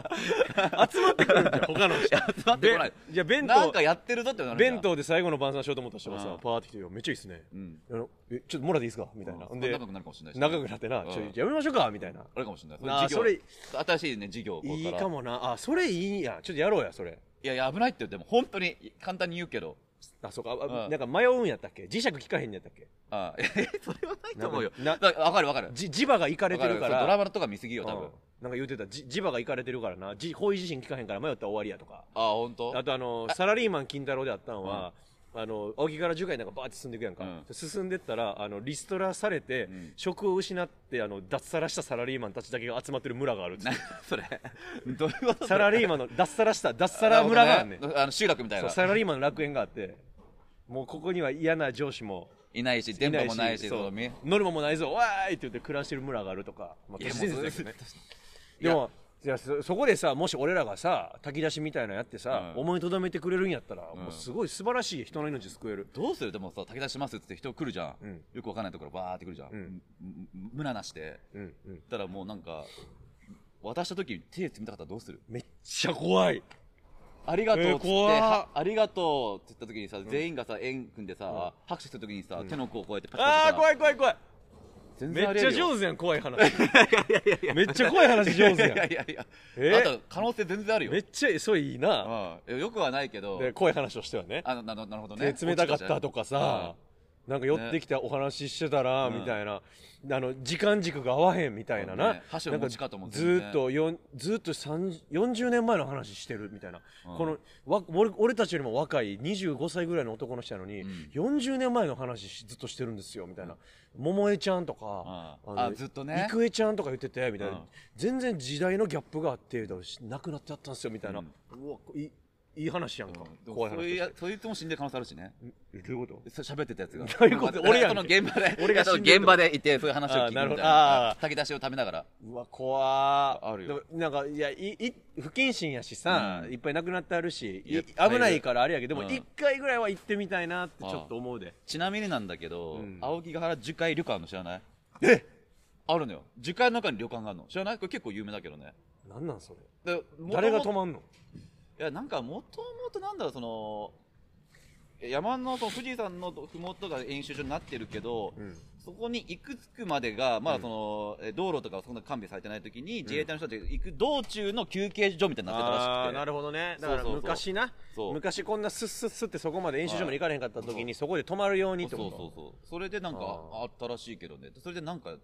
Speaker 2: まってくるんじゃん
Speaker 1: 他の人
Speaker 2: 集まってこない
Speaker 1: べいや弁
Speaker 2: なん
Speaker 1: 当
Speaker 2: かやってるぞってなるじゃん
Speaker 1: 弁当で最後の晩餐しようと思った人がさ、
Speaker 2: うん
Speaker 1: パーって来て「いやめっちゃいいっすね
Speaker 2: うん」
Speaker 1: あのえちょっともらっていいですか?」みたいな、
Speaker 2: うん
Speaker 1: んで
Speaker 2: 長くなるかもしれないし
Speaker 1: 長くなってな「
Speaker 2: うん
Speaker 1: ちょやめましょうか」みたいな
Speaker 2: あれかもしれない
Speaker 1: なあ
Speaker 2: 事業
Speaker 1: それ
Speaker 2: 新しいね事業をこれ
Speaker 1: いい
Speaker 2: ら
Speaker 1: かもなあそれいいやんちょっとやろうやそれ
Speaker 2: いやいや危ないってでも本当に簡単に言うけど
Speaker 1: あそうかあ、
Speaker 2: うん
Speaker 1: なんか迷うんやったっけ磁石効かへんやったっけ
Speaker 2: ああえ それはないと思うよ
Speaker 1: な
Speaker 2: だからわかるわかる
Speaker 1: じ磁場がいかれ
Speaker 2: わ
Speaker 1: て
Speaker 2: か
Speaker 1: る
Speaker 2: る
Speaker 1: か
Speaker 2: そう
Speaker 1: ら
Speaker 2: ドラマとか見すぎよ多
Speaker 1: う
Speaker 2: 分
Speaker 1: んなんか言ってたじ磁場がいかれてるからなじ方位地震効かへんから迷ったら終わりやとか
Speaker 2: ああ本当
Speaker 1: あとあのサラリーマン金太郎であったんは、あの青木から樹海なんかバーって進んでいくやんか、
Speaker 2: うん
Speaker 1: 進んでったらあのリストラされて、
Speaker 2: ん
Speaker 1: 職を失ってあの脱サラしたサラリーマンたちだけが集まってる村があるっつっ
Speaker 2: な
Speaker 1: て
Speaker 2: それどういうこと
Speaker 1: サラリーマンの脱サラした脱サラ村があんねん
Speaker 2: あの集落みたい
Speaker 1: そう
Speaker 2: な
Speaker 1: サラリーマンの楽園があってもうここには嫌な上司も
Speaker 2: いないし電波もないし
Speaker 1: そう
Speaker 2: そのみい
Speaker 1: ノルマもないぞわーいって言って暮らしてる村があるとか、まあ、
Speaker 2: や
Speaker 1: 都市
Speaker 2: もう
Speaker 1: 伝
Speaker 2: そ
Speaker 1: 説
Speaker 2: れ
Speaker 1: だけどねでもいやそそこでさもし俺らがさ炊き出しみたいなのやってさ、
Speaker 2: うん
Speaker 1: 思いとどめてくれるんやったら、
Speaker 2: ん
Speaker 1: もうすごい素晴らしい人の命救える
Speaker 2: どうするでもさ炊き出しますっつって人来るじゃん、
Speaker 1: うん
Speaker 2: よくわかんないところバーって来るじゃ
Speaker 1: ん
Speaker 2: ん、むむ無駄なして
Speaker 1: うんうん
Speaker 2: だからもうなんか渡した時に手冷たかったらどうする
Speaker 1: めっちゃ怖い
Speaker 2: ありがとうっつって、
Speaker 1: えー怖っ
Speaker 2: はありがとうって言った時にさ、全員がさ、円組んでさ、拍手する時にさ、手の甲をこうやってパチパチ
Speaker 1: ああー怖
Speaker 2: い
Speaker 1: い怖い怖い
Speaker 2: 全
Speaker 1: め
Speaker 2: 然あ
Speaker 1: っ
Speaker 2: り
Speaker 1: ち
Speaker 2: え
Speaker 1: ゃ
Speaker 2: るよ
Speaker 1: 上手やん怖 い話めっちゃ怖 い話上手やん
Speaker 2: いやいやいや、
Speaker 1: えー
Speaker 2: あと可能性全然あるよ
Speaker 1: めっちゃそれいいな、
Speaker 2: うん、よくはないけど
Speaker 1: で怖い話としてはね
Speaker 2: あのななるほどね
Speaker 1: 手冷たかったとかさ、なんか寄ってきてお話ししてたら、
Speaker 2: ね
Speaker 1: みたいな、あの時間軸が合わへんみたいなな、
Speaker 2: そうね箸を
Speaker 1: なん
Speaker 2: 持ちかと思って
Speaker 1: ず
Speaker 2: るね
Speaker 1: ーっとよんずーっと30 40年前の話してるみたいな、このわ俺俺たちよりも若い25歳ぐらいの男の人なのに、40年前の話しずっとしてるんですよみたいな、桃江ちゃんとか、
Speaker 2: うん
Speaker 1: の
Speaker 2: あずっとね
Speaker 1: 郁恵ちゃんとか言っててみたいな、
Speaker 2: うん
Speaker 1: 全然時代のギャップがあってだからしなくなっちゃったんですよみたいな、
Speaker 2: う
Speaker 1: うんわいいいい話やんか、
Speaker 2: でも
Speaker 1: 怖い
Speaker 2: そう
Speaker 1: 話
Speaker 2: いう
Speaker 1: え
Speaker 2: やそいつも死んでる可能性あるしね
Speaker 1: どういうこと
Speaker 2: そ喋ってたやつが
Speaker 1: どういうこと俺やん
Speaker 2: その現場で
Speaker 1: 俺が死んでる
Speaker 2: 現場でいてそういう話を聞く
Speaker 1: あー
Speaker 2: みた
Speaker 1: ないるほど
Speaker 2: な
Speaker 1: あー
Speaker 2: 炊き出しを食べながら
Speaker 1: うわ怖ー
Speaker 2: あるよ
Speaker 1: でもなんかいやいい不謹慎やしさ、
Speaker 2: うん
Speaker 1: いっぱいなくなってあるしい
Speaker 2: いや
Speaker 1: 危ないからあれやけどで
Speaker 2: う
Speaker 1: も
Speaker 2: ん
Speaker 1: 一回ぐらいは行ってみたいなってちょっと思うで
Speaker 2: ちなみになんだけど、
Speaker 1: うん
Speaker 2: 青木ヶ原樹海旅館の知らない
Speaker 1: え
Speaker 2: あるのよ樹海の中に旅館があるの知らないこれ結構有名だけどね
Speaker 1: なんなんそれ
Speaker 2: で
Speaker 1: 誰が泊
Speaker 2: も
Speaker 1: まんの
Speaker 2: といやなんかもともとなんだろうその山のその富士山のふもとが演習所になってるけど、
Speaker 1: うん
Speaker 2: そこに行くつくまでが、まだその、え道路とかそんな完備されてない時に、自衛隊の人たちが行く道中の休憩所みたいになってたらしくて。
Speaker 1: あーなるほどねだか
Speaker 2: そう
Speaker 1: ら
Speaker 2: そうそう
Speaker 1: 昔な
Speaker 2: そう
Speaker 1: 昔こんなスッスッスッってそこまで演習場まで行かれへんかった時にそこで泊まるようにって
Speaker 2: そ
Speaker 1: こ
Speaker 2: う
Speaker 1: と
Speaker 2: そうそう。それでなんか
Speaker 1: あ
Speaker 2: あったらしいけどね。それでなんか、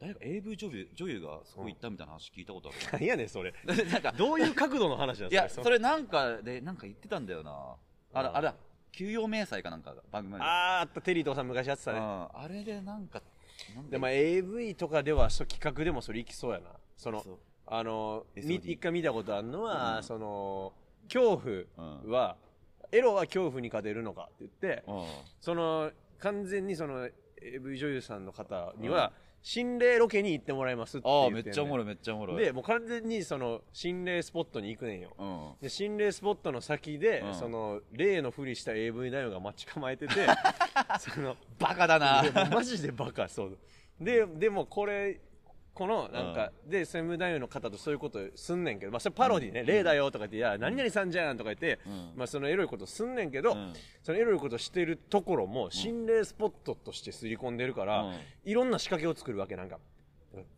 Speaker 2: 誰か AV 女優女優がそこ行ったみたいな話聞いたことあ
Speaker 1: 何やねんそれ
Speaker 2: る。 なんか、
Speaker 1: どういう角度の話なん
Speaker 2: いや、
Speaker 1: です
Speaker 2: そ
Speaker 1: か
Speaker 2: れなんかで、なんか言ってたんだよな。あれ、
Speaker 1: あー
Speaker 2: あれだ、休養明細かなんか、番組
Speaker 1: あ
Speaker 2: あ
Speaker 1: ーあったテリーとさん昔やってたね
Speaker 2: ああれでなんか、なん
Speaker 1: で
Speaker 2: か
Speaker 1: も AV とかではそう企画でもそれいきそうやなその
Speaker 2: そう
Speaker 1: あのみ
Speaker 2: SOD
Speaker 1: 一回見たことあるのは、
Speaker 2: うん
Speaker 1: その恐怖は、エロは恐怖に勝てるのかって言って、
Speaker 2: うん
Speaker 1: その完全にその AV 女優さんの方には、心霊ロケに行ってもらいますって言っ
Speaker 2: ああ、
Speaker 1: てん
Speaker 2: め
Speaker 1: ね
Speaker 2: っちゃおもろい、めっちゃおもろい。
Speaker 1: でもう完全にその心霊スポットに行くねんよ、
Speaker 2: うん。
Speaker 1: で心霊スポットの先で、
Speaker 2: うん
Speaker 1: その霊のふりした AV 男優が待ち構えててその
Speaker 2: バカだな。
Speaker 1: いやマジでバカそうででもこれこのなんか、で専務男優の方とそういうことすんねんけど、まあ、それパロディね、例だよとか言って「いや何々さんじゃん」とか言って、
Speaker 2: うん
Speaker 1: まあ、そのエロいことすんねんけど、
Speaker 2: うん
Speaker 1: そのエロいことしてるところも心霊スポットとして刷り込んでるから、
Speaker 2: うん
Speaker 1: いろんな仕掛けを作るわけなんか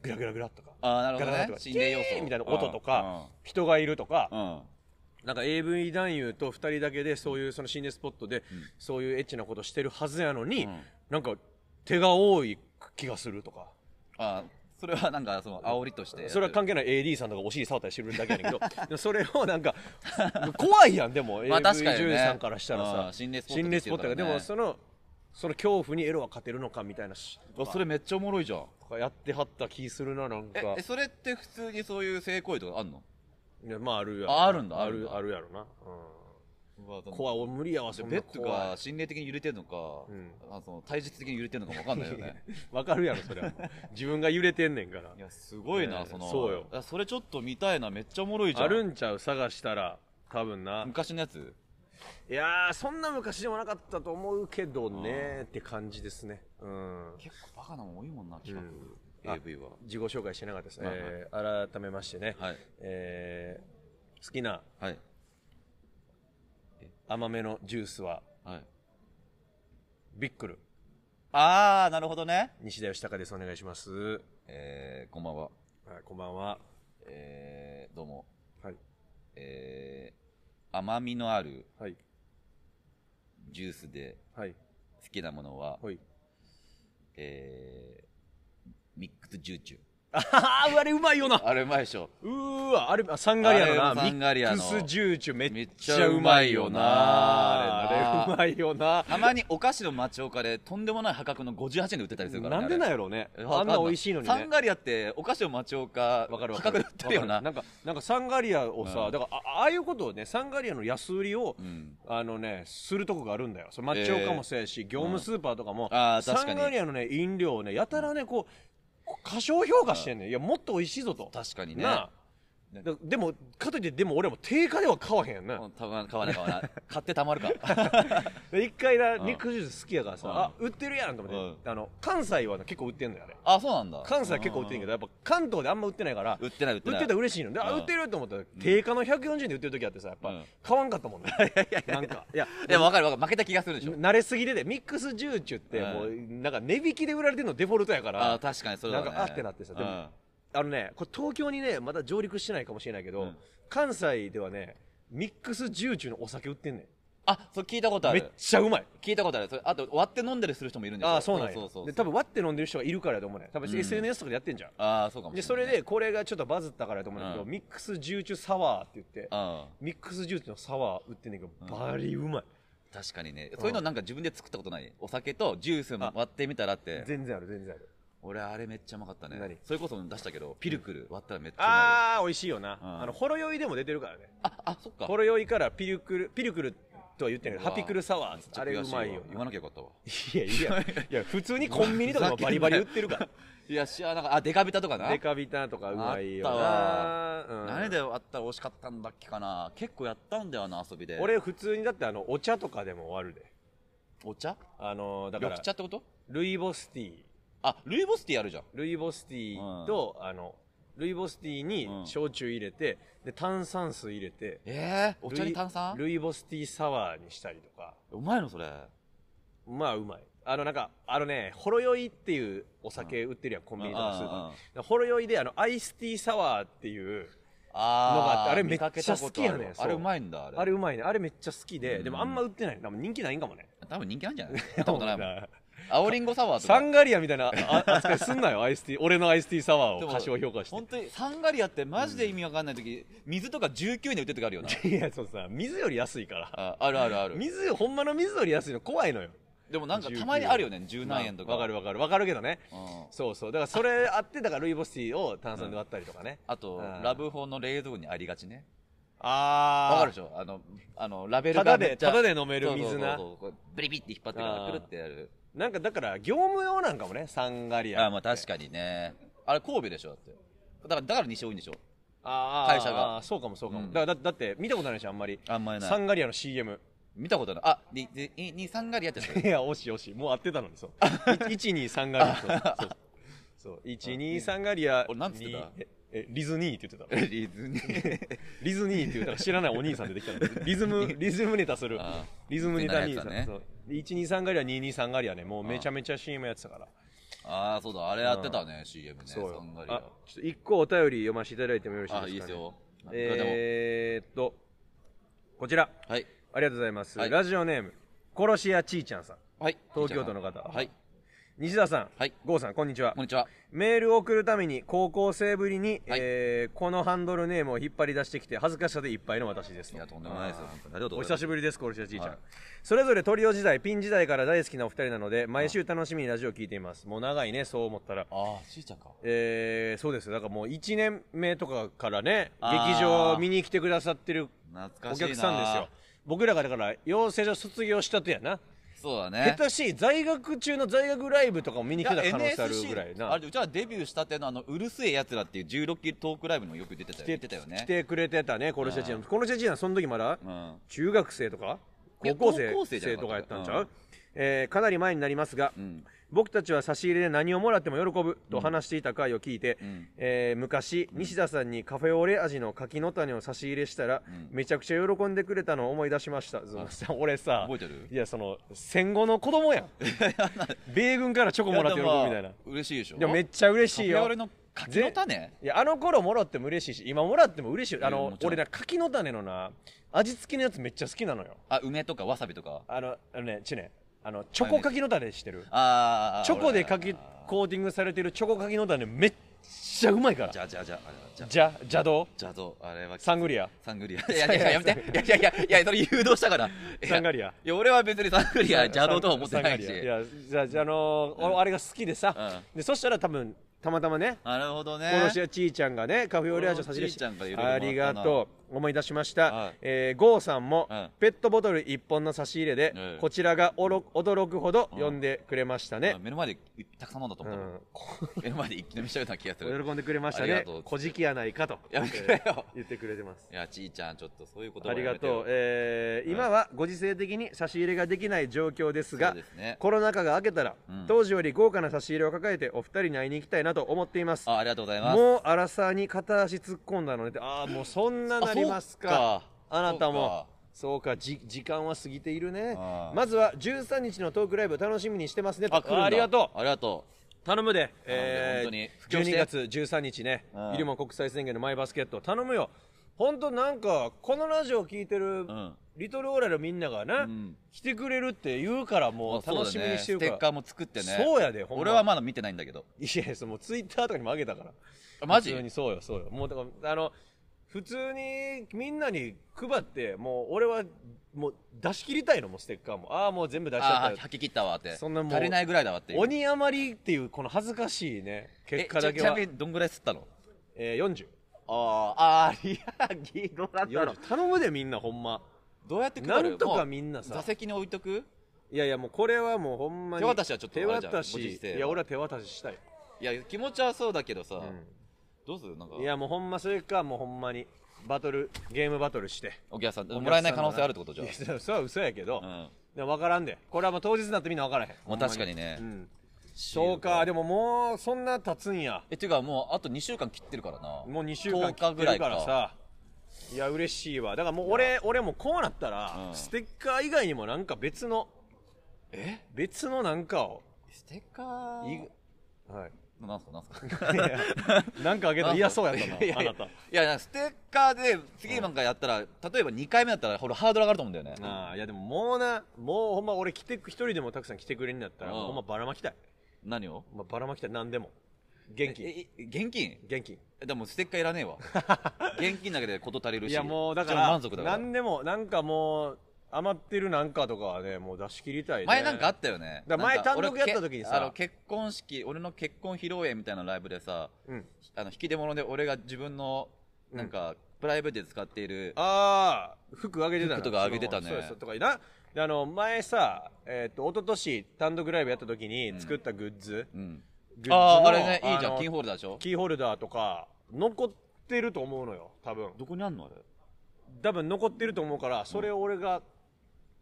Speaker 1: グラグラグラとか
Speaker 2: ああ、なるほど
Speaker 1: ガラガラ
Speaker 2: ね
Speaker 1: と。か
Speaker 2: 心霊要
Speaker 1: キー
Speaker 2: 素。
Speaker 1: みたいな音とか、人がいるとか、
Speaker 2: うん。うん。
Speaker 1: なんか AV 男優と2人だけでそういうその心霊スポットでそういうエッチなことしてるはずやのに、
Speaker 2: うん
Speaker 1: なんか手が多い気がするとか
Speaker 2: ああ、それはなんか、その、煽りとして。
Speaker 1: それは関係ない AD さんとかお尻触ったりしてるだけやねんけ どでもそれをなんか怖いやんでも AV
Speaker 2: まあ確かにね
Speaker 1: 女優さんからしたら
Speaker 2: う
Speaker 1: さ
Speaker 2: ん心霊スポット
Speaker 1: 心霊スポットが
Speaker 2: で
Speaker 1: です
Speaker 2: よね
Speaker 1: もそのその恐怖にエロは勝てるのかみたいなし
Speaker 2: あそれめっちゃおもろいじゃん。
Speaker 1: とかやってはった気するななんか
Speaker 2: え、えそれって普通にそういう性行為とかあんの
Speaker 1: いやまああるやろ
Speaker 2: ああるんだ
Speaker 1: あ
Speaker 2: あるん
Speaker 1: る
Speaker 2: だ
Speaker 1: あるやろな、
Speaker 2: うわ
Speaker 1: うん、
Speaker 2: い。
Speaker 1: 怖い俺無理やわそん
Speaker 2: ベ
Speaker 1: な
Speaker 2: ッド
Speaker 1: 怖い
Speaker 2: が心霊的に揺れてるのか、
Speaker 1: うん
Speaker 2: あその体質的に揺れてるのかもわかんないよね。
Speaker 1: わかるやろそれは自分が揺れてんねんから
Speaker 2: いや、すごいな、
Speaker 1: ねえ
Speaker 2: その。
Speaker 1: そうよ
Speaker 2: あそれちょっと見たいな、めっちゃおもろいじゃん。
Speaker 1: あるんちゃう探したら多分な
Speaker 2: 昔のやつ
Speaker 1: いやーそんな昔でもなかったと思うけどねって感じですねうん
Speaker 2: 結構バカなもん多いもんな、企
Speaker 1: うん
Speaker 2: 画。
Speaker 1: あ
Speaker 2: AV は。
Speaker 1: 自己紹介してなかったですね、
Speaker 2: はいはい
Speaker 1: えー改めましてね、
Speaker 2: はい。
Speaker 1: えー好きな
Speaker 2: はい。
Speaker 1: 甘めのジュースは
Speaker 2: はい。
Speaker 1: ビックル
Speaker 2: ああ、なるほどね。
Speaker 1: 西田義孝ですお願いします、
Speaker 2: えー、こんばんは。
Speaker 1: はい、こんばんは
Speaker 2: えー、どうも。
Speaker 1: はい
Speaker 2: えー、甘みのある
Speaker 1: はい
Speaker 2: ジュースで
Speaker 1: はい
Speaker 2: 好きなものは、
Speaker 1: はい
Speaker 2: えー、ミックスジューチュー。
Speaker 1: あは はあれうまいよな
Speaker 2: あれうまいでしょ。
Speaker 1: うーわあれあサンガリアの
Speaker 2: あ
Speaker 1: な
Speaker 2: れもサンガリアの
Speaker 1: ミックスジューチュめ
Speaker 2: め
Speaker 1: っ
Speaker 2: っ
Speaker 1: ち
Speaker 2: ち
Speaker 1: ゃ
Speaker 2: ゃ
Speaker 1: う
Speaker 2: う
Speaker 1: ま
Speaker 2: ま
Speaker 1: い
Speaker 2: い
Speaker 1: よ
Speaker 2: よ
Speaker 1: な
Speaker 2: な
Speaker 1: あれ
Speaker 2: あれな
Speaker 1: うまいよな
Speaker 2: たまにお菓子の町岡でとんでもない破格の58円で売ってたりするから
Speaker 1: な
Speaker 2: ね。
Speaker 1: んでなん
Speaker 2: い
Speaker 1: やろうねあんな美味しいのに
Speaker 2: サン
Speaker 1: ね
Speaker 2: ガリアってお菓子の町岡
Speaker 1: わかるわか
Speaker 2: 破格
Speaker 1: る
Speaker 2: で売ってるよ
Speaker 1: わか。
Speaker 2: な
Speaker 1: るんかなんかサンガリアをさ、
Speaker 2: うん
Speaker 1: だからあああいうことをねサンガリアの安売りを、
Speaker 2: うん。
Speaker 1: あのねするとこがあるんだよそれマッチョカもそうやし、業務スーパーとかも、
Speaker 2: うんあー確
Speaker 1: サ
Speaker 2: かに
Speaker 1: ンガリアのね飲料をねやたらねこう過小評価してんねんいやもっと美味しいぞと
Speaker 2: 確かにね。
Speaker 1: なあだでもかといってでも俺も定価では買わへんやんな
Speaker 2: うんたま買わない買 わない。買ってたまるか。
Speaker 1: で一回な
Speaker 2: うん
Speaker 1: 肉ジュース好きやからさ、
Speaker 2: うん
Speaker 1: あ売ってるやんと思って、あの関西はね結構売ってんのよあれ
Speaker 2: あ、そうなんだ。
Speaker 1: 関西は結構売ってんけどやっぱ関東であんま売ってないから
Speaker 2: 売ってない売っ
Speaker 1: 売
Speaker 2: て
Speaker 1: っ
Speaker 2: ない。
Speaker 1: てたら嬉しいので、あ
Speaker 2: うん
Speaker 1: 売ってると思ったら定価の140円で売ってる時あってさやっぱ、
Speaker 2: うん
Speaker 1: 買わんかったもん ねなんかいや
Speaker 2: でもわかるわかる。負けた気がするでしょ。
Speaker 1: 慣れすぎててミックスジューチュって
Speaker 2: うん
Speaker 1: もうなんか値引きで売られてるのデフォルトやか
Speaker 2: あ
Speaker 1: ら
Speaker 2: ー確かにそれだね。
Speaker 1: なんかあってなってさでも
Speaker 2: うん
Speaker 1: あのねこれ東京にねまだ上陸してないかもしれないけど、
Speaker 2: うん
Speaker 1: 関西ではねミックスジューチュのお酒売ってんね
Speaker 2: あ、そう聞いたこと
Speaker 1: ん
Speaker 2: あ
Speaker 1: めっ
Speaker 2: る。
Speaker 1: ちゃうまい
Speaker 2: 聞いたことある。それあと割って飲んでるする人もいるんでしょ。
Speaker 1: ああそうなんや
Speaker 2: そうそうそう
Speaker 1: で多分割って飲んでる人がいるからやと思うねん多分
Speaker 2: うん
Speaker 1: SNS とかでやってんじゃん、
Speaker 2: ああそうかもしれないね。
Speaker 1: でそれでこれがちょっとバズったからやと思うんだけど、
Speaker 2: うん
Speaker 1: ミックスジューチュサワーって言って
Speaker 2: あ
Speaker 1: ミックスジューチュのサワー売ってんねんけどバリうまい、
Speaker 2: あ確かにねそういうのなんか自分で作ったことないお酒とジュースも割ってみたらって
Speaker 1: 全然ある全然ある
Speaker 2: 俺あれめっちゃうまかった
Speaker 1: 何
Speaker 2: ねそれこそ出したけどピルクル割ったらめっちゃうま
Speaker 1: ああ美味しいよな、
Speaker 2: うん
Speaker 1: あのほろ酔いでも出てるからね
Speaker 2: いああそっか
Speaker 1: ほろ酔いからピルクルピルクルとは言ってんけど
Speaker 2: うわ
Speaker 1: ハピクルサワーっつってあれ
Speaker 2: めっ
Speaker 1: う
Speaker 2: ちゃ
Speaker 1: ま
Speaker 2: 悔し
Speaker 1: いよ
Speaker 2: わ言わなきゃよかったわ
Speaker 1: いやいやいや普通にコンビニとか もバリバリ売ってるから
Speaker 2: いやしあなんかあデカビタとかな
Speaker 1: デカビタとかうまいよな、
Speaker 2: あ
Speaker 1: うん
Speaker 2: 何で割ったら美味しかったんだっけかな結構やったんだよな遊びで
Speaker 1: 俺普通にだってあのお茶とかでも終わるで
Speaker 2: お茶
Speaker 1: あのだか
Speaker 2: 緑
Speaker 1: ら
Speaker 2: 茶ってこと
Speaker 1: ルイボスティー
Speaker 2: あルイボスティーやるじゃん
Speaker 1: ルイボスティーと、あのルイボスティー
Speaker 2: う
Speaker 1: に
Speaker 2: ん
Speaker 1: 焼酎入れてで炭酸水入れて
Speaker 2: ええお茶
Speaker 1: ルイ
Speaker 2: に炭酸
Speaker 1: ルイボスティーサワーにしたりとか
Speaker 2: うまいのそれ
Speaker 1: まあうまいあのなんかあのねほろ酔いっていうお酒売ってるやん、コンビニとかスーパー
Speaker 2: うんうんうん
Speaker 1: でほろ酔いであのアイスティーサワーっていうのがあっ
Speaker 2: あ
Speaker 1: て
Speaker 2: ー
Speaker 1: あれめっ
Speaker 2: 見かけ
Speaker 1: ちゃ
Speaker 2: たこ
Speaker 1: 好
Speaker 2: と
Speaker 1: き
Speaker 2: ある
Speaker 1: やねんそう
Speaker 2: あれうまいんだあれ
Speaker 1: あれうまいねあれめっちゃ好きで、
Speaker 2: うん
Speaker 1: でもあんま売ってない多分人気ないんかもね
Speaker 2: 多分人気なんじゃないやったことないもん青リンゴサワー と
Speaker 1: サ
Speaker 2: か
Speaker 1: ンガリアみたいなあ扱いすんなよアイスティー俺のアイスティーサワー
Speaker 2: で
Speaker 1: を
Speaker 2: も
Speaker 1: 過小評価し
Speaker 2: 本当にサンガリアってマジで意味わかんない時、水とか19円で売ってる時 あるよな
Speaker 1: ていやそうさ水より安いから
Speaker 2: ああるあるある
Speaker 1: 水ほんまの水より安いの怖いのよ
Speaker 2: でもなんかたまにあるよね十何円とか、
Speaker 1: まあわかるわかるわかるけどね
Speaker 2: うん
Speaker 1: そうそうだからそれあってだからルイボスティーを炭酸で割ったりとかね、
Speaker 2: あと
Speaker 1: うん
Speaker 2: ラブホの冷蔵庫にありがちね
Speaker 1: ああ
Speaker 2: わかるでしょあのあのラベル
Speaker 1: ただ
Speaker 2: が
Speaker 1: で
Speaker 2: めっちゃ
Speaker 1: ただで飲める水な
Speaker 2: そうそうそうそうこうブリビって引っ張ってからくるってやる
Speaker 1: なんかだから業務用なんかもねサンガリ
Speaker 2: あ
Speaker 1: ア
Speaker 2: あまあ確かにねあれ神戸でしょだってだからだから西多いんでしょ
Speaker 1: あー
Speaker 2: 会社が
Speaker 1: あーそうかもそうかも、
Speaker 2: うん
Speaker 1: だからだだって見たことないでしょあんまり
Speaker 2: あんまりな
Speaker 1: サ
Speaker 2: い
Speaker 1: ンガリアの CM
Speaker 2: 見たことないあに ににサンガリアってやつ
Speaker 1: いや惜しい惜しいもう合ってたのにそう123ガリアそうそうそう123がリ ア
Speaker 2: 俺なんつってた
Speaker 1: にええリズニーって言ってた
Speaker 2: リズニー。
Speaker 1: リズニーって言ったら知らないお兄さん出てきたんですリズム リズムネタする
Speaker 2: あ
Speaker 1: リズムネタ兄さん、
Speaker 2: リズムネタや
Speaker 1: そ
Speaker 2: つだ
Speaker 1: う123がりは223がりはねもうめちゃめちゃ CM やってたから
Speaker 2: あー、そうだ、あれやってたね、CM ね。
Speaker 1: そう
Speaker 2: サ
Speaker 1: よ
Speaker 2: ンガリア
Speaker 1: あちょっと一個お便り読ませていただいてもよろしいです
Speaker 2: あ、
Speaker 1: か、ね、
Speaker 2: いいですよ。いくらで
Speaker 1: えー、っとこちら
Speaker 2: も。はい。
Speaker 1: ありがとうございます、
Speaker 2: はい
Speaker 1: ラジオネーム殺し屋ちーちゃんさん
Speaker 2: はい。
Speaker 1: 東京都の方
Speaker 2: はい。
Speaker 1: 西田さん、
Speaker 2: はい
Speaker 1: 郷さんこんにちは
Speaker 2: こんにちは。
Speaker 1: メールを送るために高校生ぶりに、
Speaker 2: はい
Speaker 1: えーこのハンドルネームを引っ張り出してきて恥ずかしさでいっぱいの私です
Speaker 2: いや、とんでもないですよ。本当にありがと
Speaker 1: お
Speaker 2: うござい
Speaker 1: 久
Speaker 2: ます。
Speaker 1: しぶりです、コルシアじいちゃん、
Speaker 2: はい
Speaker 1: それぞれトリオ時代、ピン時代から大好きなお二人なので、毎週楽しみにラジオを聞いています。もう長いね、そう思ったら。
Speaker 2: あー、しーちゃんか。
Speaker 1: えー、そうです。だからもう1年目とかからね、
Speaker 2: あー
Speaker 1: 劇場見に来てくださってる
Speaker 2: 懐か
Speaker 1: お
Speaker 2: しいな。
Speaker 1: 客さんですよ。僕らがだから、養成所卒業したてやな。
Speaker 2: そ
Speaker 1: 下
Speaker 2: うだね。
Speaker 1: 手しい、在学中の在学ライブとかも見に来てた可能性ある
Speaker 2: NSC
Speaker 1: ぐらい
Speaker 2: あ
Speaker 1: な。
Speaker 2: れうちらデビューしたてのあのうるせえやつらっていう16期トークライブにもよく出てたよね。出てたよね。
Speaker 1: 来てくれてたね、コルシアじいちゃん。コルシアじいちゃん、その時まだ、
Speaker 2: うん。
Speaker 1: 中学生とか
Speaker 2: いや
Speaker 1: 高校生
Speaker 2: 高校生じゃなか
Speaker 1: と
Speaker 2: った
Speaker 1: かやったんちゃう、
Speaker 2: うん
Speaker 1: えーかなり前になりますが、
Speaker 2: ん
Speaker 1: 僕たちは差し入れで何をもらっても喜ぶと話していた回を聞いて、
Speaker 2: ん
Speaker 1: えー昔、西田さんにカフェオレ味の柿の種を差し入れしたら、めちゃくちゃ喜んでくれたのを思い出しました、ずんさん俺さ
Speaker 2: 覚えてる
Speaker 1: いやその戦後の子供 やん米軍からチョコもらって喜ぶみたいな
Speaker 2: やでもまあ嬉しいでしょ。
Speaker 1: でもめっちゃ嬉しい
Speaker 2: カフェ
Speaker 1: よ
Speaker 2: オレの柿の種
Speaker 1: いやあの頃もらっても嬉しいし今もらっても嬉しいあ
Speaker 2: いや
Speaker 1: の
Speaker 2: もちろん
Speaker 1: 俺な柿の種のな味付けのやつめっちゃ好きなのよ
Speaker 2: あ、梅とかわさびとか。
Speaker 1: あの、あのね、チネ、あの、チョコかきの種してる。
Speaker 2: あー。
Speaker 1: チョコでか
Speaker 2: 俺
Speaker 1: き、コーティングされてるチョコかきの種めっちゃうまいから。
Speaker 2: じゃあじゃあじゃあ、あれはじゃあ、
Speaker 1: じゃ、邪道
Speaker 2: じゃあどうあれは
Speaker 1: サングリア。
Speaker 2: サングリア。いやいや、やめて。いやいやいや、いやそれ誘導したから。いや
Speaker 1: サンガリア。
Speaker 2: いや、俺は別にサングリア邪道とは思ってないし
Speaker 1: サン。ガリアいや、じゃあ、じゃあ、あのーおあれが好きでさ、で、そしたら多分、たまたまね、
Speaker 2: なるほどね。
Speaker 1: コロシアちーちゃんがね、カフェオレ味を差し入れし
Speaker 2: このちーちゃんがいろいろもら
Speaker 1: あ
Speaker 2: ったな
Speaker 1: りがとう。思い出しました。
Speaker 2: はい
Speaker 1: えーゴーさんも、
Speaker 2: うん
Speaker 1: ペットボトル1本の差し入れで、
Speaker 2: うん
Speaker 1: こちらがおろ驚くほど呼んでくれましたね
Speaker 2: あ。目の前でたくさん飲んだと
Speaker 1: う
Speaker 2: 思った。
Speaker 1: ん、
Speaker 2: 目の前で一気飲みしたような気がする。
Speaker 1: 喜んでくれました
Speaker 2: ありが
Speaker 1: ね
Speaker 2: とうござい。ます
Speaker 1: こじきやないかと。
Speaker 2: やめてくれよ。
Speaker 1: 言ってくれてます
Speaker 2: いや、ちーちゃん、ちょっとそういうこと
Speaker 1: ありがとう、
Speaker 2: う。
Speaker 1: えー
Speaker 2: うん
Speaker 1: 今はご時世的に差し入れができない状況です
Speaker 2: そう
Speaker 1: が
Speaker 2: ですね。
Speaker 1: コロナ禍が明けたら、
Speaker 2: うん
Speaker 1: 当時より豪華な差し入れを抱えてお二人に会いに行きたいなと思っています
Speaker 2: あ、ありがとうございます。
Speaker 1: もう荒さに片足突っ込んだのでああもうそんななりますか
Speaker 2: あそう
Speaker 1: あなた
Speaker 2: そう
Speaker 1: も
Speaker 2: か
Speaker 1: そうかじ時間は過ぎているね
Speaker 2: あー
Speaker 1: まずは13日のトークライブ楽しみにしてますねと
Speaker 2: あ、来るんだ
Speaker 1: ありがとう
Speaker 2: ありがと
Speaker 1: 頼むで、
Speaker 2: 頼むで
Speaker 1: え
Speaker 2: 本当に布教して
Speaker 1: 12月13日ね
Speaker 2: うん、
Speaker 1: イルマ国際宣言のマイバスケット、頼むよ、本当なんか、このラジオ聞いてる、
Speaker 2: ん
Speaker 1: リトルオーラルみんながね、
Speaker 2: ん
Speaker 1: 来てくれるって言うから、
Speaker 2: う。
Speaker 1: も
Speaker 2: あ
Speaker 1: う
Speaker 2: そうだね
Speaker 1: 楽しみにしてる
Speaker 2: ステッ
Speaker 1: か
Speaker 2: カ
Speaker 1: ら、
Speaker 2: ーも作ってね。
Speaker 1: そうやでほんま
Speaker 2: 俺はまだ見てないんだけど。
Speaker 1: いやいや、そうもうツイッターとかにもあげたから、
Speaker 2: あマジ
Speaker 1: 普通にそうよ、そうよ、もうだから、あの普通にみんなに配って、もう俺はもう出し切りたいの、もうステッカーも、ああ、もう全部出しちゃ
Speaker 2: あ
Speaker 1: っ
Speaker 2: ー、
Speaker 1: たよ
Speaker 2: 吐き切ったわって。
Speaker 1: そんなもう
Speaker 2: 足りないぐらいだわっていう。
Speaker 1: 鬼余りっていう、この恥ずかしいね、
Speaker 2: え
Speaker 1: 結果だけ
Speaker 2: ちな
Speaker 1: は、
Speaker 2: みにどんぐらい吸ったの
Speaker 1: えー、40。
Speaker 2: あー、あー、いや、ギロだったの
Speaker 1: 40。頼むでみんなほんま
Speaker 2: どうやって配
Speaker 1: な
Speaker 2: る
Speaker 1: んとか
Speaker 2: も
Speaker 1: みんな
Speaker 2: う
Speaker 1: さ
Speaker 2: 座席に置いとく
Speaker 1: いやいやもうこれはもうほんまに
Speaker 2: 手渡しはちょっとあ
Speaker 1: 手
Speaker 2: れじゃん
Speaker 1: 渡
Speaker 2: ご時
Speaker 1: し
Speaker 2: 世はい
Speaker 1: や俺は手渡ししたい、
Speaker 2: いや、気持ちはそうだけどさ、
Speaker 1: う
Speaker 2: どうするなんか
Speaker 1: ん、い、やもうほんまそれかもうほんまにバトルゲームバトルして
Speaker 2: お客さん、もらえない可能性あるってことじゃん
Speaker 1: い。やそれは嘘やけど、
Speaker 2: うん。
Speaker 1: でも分からんでこれはもう当日になってみんな分からへん
Speaker 2: もう確かにね
Speaker 1: ほんまにうんそうかでももうそんな経つんや
Speaker 2: えっていうかもうあと2週間切ってるからな
Speaker 1: もう2週間
Speaker 2: 10日ぐらい
Speaker 1: 切ってるからさいや嬉しいわだからもう俺俺もこうなったら、
Speaker 2: うん
Speaker 1: ステッカー以外にもなんか別の
Speaker 2: え
Speaker 1: 別のなんかを
Speaker 2: ステッカー
Speaker 1: いはい
Speaker 2: なんすかなんすか
Speaker 1: いやなんかあげたら嫌そうやったな、
Speaker 2: いや
Speaker 1: あ
Speaker 2: い
Speaker 1: な
Speaker 2: や
Speaker 1: た。
Speaker 2: いやいやステッカーで次なんかやったら、例えば2回目だったらほらハードル上がると思うんだよね
Speaker 1: ああいやでももうな、もうほんま俺来て、一人でもたくさん来てくれるんだったら、
Speaker 2: うん
Speaker 1: ほんまばらまきたい。
Speaker 2: 何を
Speaker 1: まあ、ばらまきたい、なんでも。現
Speaker 2: え
Speaker 1: 金。
Speaker 2: え現金
Speaker 1: 現金。
Speaker 2: でもステッカーいらねえ わ現金だけで事足りるし
Speaker 1: いやもうだか
Speaker 2: 一応
Speaker 1: ら、
Speaker 2: 満足だから
Speaker 1: なんでも、なんかもう、余ってるなんかとかはね、もう出し切りたい、ね。
Speaker 2: 前なんかあったよね
Speaker 1: だから前
Speaker 2: なんか俺
Speaker 1: 単独やった時にさ
Speaker 2: けあの結婚式俺の結婚披露宴みたいなライブでさ
Speaker 1: うん。
Speaker 2: あの引き出物で俺が自分のなんか、プライベートで使っている
Speaker 1: ああ、服あげてたな
Speaker 2: 服とかあげてたね
Speaker 1: そうですとかいな。であの、前さ、えっ、と、一昨年単独ライブやった時に作ったグッズ。
Speaker 2: うん
Speaker 1: グッズ
Speaker 2: あ
Speaker 1: の
Speaker 2: ああれねいいじ
Speaker 1: あ
Speaker 2: ゃん
Speaker 1: の
Speaker 2: キーホルダーでしょ
Speaker 1: キーホルダーとか、残ってると思うのよ、多分。
Speaker 2: どこにあんのあれ
Speaker 1: 多分残ってると思うからそれを俺が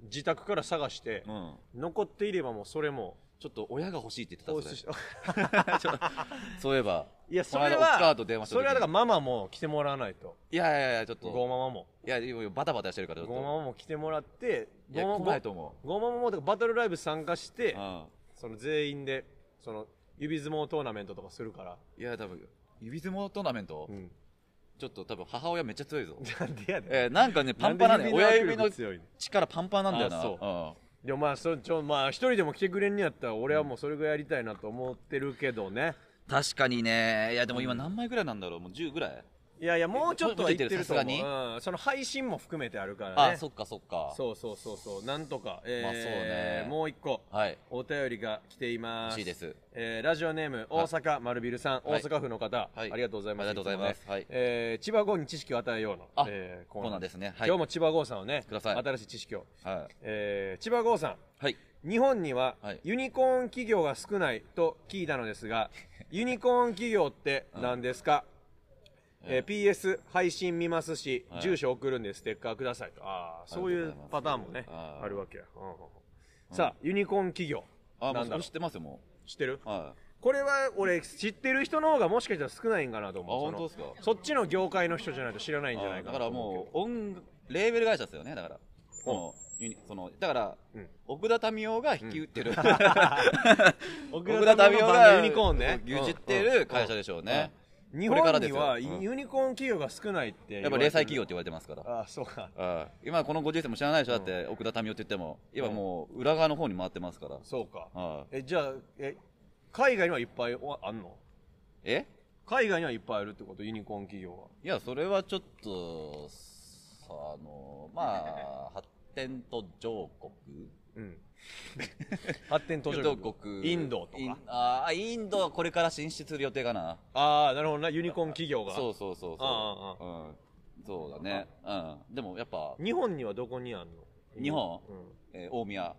Speaker 1: 自宅から探して
Speaker 2: う、ん
Speaker 1: 残っていればもうそれも
Speaker 2: ちょっと親が欲しいって言
Speaker 1: 放
Speaker 2: ってた
Speaker 1: 出し
Speaker 2: そ
Speaker 1: て
Speaker 2: れちょ そういえば
Speaker 1: いや
Speaker 2: こ
Speaker 1: そ
Speaker 2: の
Speaker 1: れ
Speaker 2: 間オスカー
Speaker 1: は
Speaker 2: と電話した
Speaker 1: そ
Speaker 2: 時
Speaker 1: れはだから
Speaker 2: に
Speaker 1: ママも来てもらわないと
Speaker 2: いやいやいやちょっ
Speaker 1: ゴー
Speaker 2: と
Speaker 1: ママも
Speaker 2: いやいやバタバタしてるからちょっ
Speaker 1: ゴー
Speaker 2: と
Speaker 1: ママも来てもらって
Speaker 2: い
Speaker 1: ゴ
Speaker 2: や
Speaker 1: ーマ
Speaker 2: 来
Speaker 1: マ
Speaker 2: ない
Speaker 1: ゴ
Speaker 2: と思
Speaker 1: ーママもだからバトルライブ参加して
Speaker 2: ううん
Speaker 1: その全員でその指相撲トーナメントとかするから、
Speaker 2: いや多分指相撲トーナメント
Speaker 1: ん、
Speaker 2: ちょっと多分母親めっちゃ強いぞ
Speaker 1: なんでやねん
Speaker 2: えー な んかねパンパンなんだよ親指の
Speaker 1: 強いね
Speaker 2: 力パンパンなんだよな
Speaker 1: あそう
Speaker 2: そ
Speaker 1: でもまあそれちょまあ一人でも来てくれんねやったら俺はもうそれぐらいやりたいなと思ってるけどね
Speaker 2: うん確かにねいやでも今何枚ぐらいなんだろうもう10ぐらい
Speaker 1: いやいやもうちょっとは言ってると思う、
Speaker 2: 見てるさす
Speaker 1: うん、その配信も含めてあるからね
Speaker 2: あそっかそっか
Speaker 1: そうそうそうそうなんとか、えー
Speaker 2: まあそうね
Speaker 1: もう一個
Speaker 2: はい
Speaker 1: お便りが来ています
Speaker 2: 欲しいです
Speaker 1: えーラジオネーム大阪丸ビルさん、
Speaker 2: はい
Speaker 1: 大阪府の方、
Speaker 2: はい
Speaker 1: ありがとうございます
Speaker 2: ありがとうございます
Speaker 1: つもね
Speaker 2: はい
Speaker 1: えー千葉郷に知識を与えようの
Speaker 2: あ
Speaker 1: えーコ
Speaker 2: コーナーですねはい
Speaker 1: 今日も千葉郷さんをね
Speaker 2: ください
Speaker 1: 新しい知識を、
Speaker 2: は
Speaker 1: えー千葉郷さん
Speaker 2: いはい
Speaker 1: 日本には
Speaker 2: はい
Speaker 1: ユニコーン企業が少ないと聞いたのです が、ユニコーン企業って何ですか、えー PS 配信見ますし、
Speaker 2: はい
Speaker 1: 住所送るんでステッカーくださいとああそういうパターンもね
Speaker 2: あ
Speaker 1: あ
Speaker 2: ー
Speaker 1: るわけや、うんうんうんさあユニコーン企業
Speaker 2: あも
Speaker 1: な
Speaker 2: うんそ
Speaker 1: だ
Speaker 2: れ
Speaker 1: ろ
Speaker 2: 知ってますよも
Speaker 1: う知ってる
Speaker 2: うはい
Speaker 1: これは俺知ってる人の方がもしかしたら少ないんかなと
Speaker 2: あ
Speaker 1: 思う
Speaker 2: 本当
Speaker 1: その
Speaker 2: ですか
Speaker 1: そっちの業界の人じゃないと知らないんじゃな
Speaker 2: あ
Speaker 1: い
Speaker 2: だ
Speaker 1: か
Speaker 2: か
Speaker 1: なと
Speaker 2: ら
Speaker 1: 思う
Speaker 2: もう音レーベル会社ですよねだからそのユニそのだから、
Speaker 1: うん
Speaker 2: 奥田民生が引き打 ってる、
Speaker 1: けど
Speaker 2: 奥田民生が
Speaker 1: ユニコーンね
Speaker 2: 牛耳ってる会社でしょうね、
Speaker 1: 日
Speaker 2: これから
Speaker 1: 本
Speaker 2: で
Speaker 1: に
Speaker 2: すよ
Speaker 1: は
Speaker 2: うん
Speaker 1: ユニコーン企業が少ないって
Speaker 2: やっぱ零細企業って言われてますから、
Speaker 1: ああそうか
Speaker 2: ああ今このご時世も知らないでしょだって奥田民生って言っても今もう裏側の方に回ってますから、
Speaker 1: そうか
Speaker 2: ああ
Speaker 1: えじゃあえ海外にはいっぱいおあんの
Speaker 2: え
Speaker 1: 海外にはいっぱいあるってことユニコーン企業はい
Speaker 2: やそれはちょっとさあのまあ発展途上国
Speaker 1: うん 発展途上国インドと
Speaker 2: イ
Speaker 1: か
Speaker 2: ああインドはこれから進出する予定かな
Speaker 1: ああなるほどなユニコーン企業が
Speaker 2: そうそうそうそううん、そうだねうんでもやっぱ、
Speaker 1: 日本にはどこにあんの
Speaker 2: 日本
Speaker 1: うん
Speaker 2: えー大宮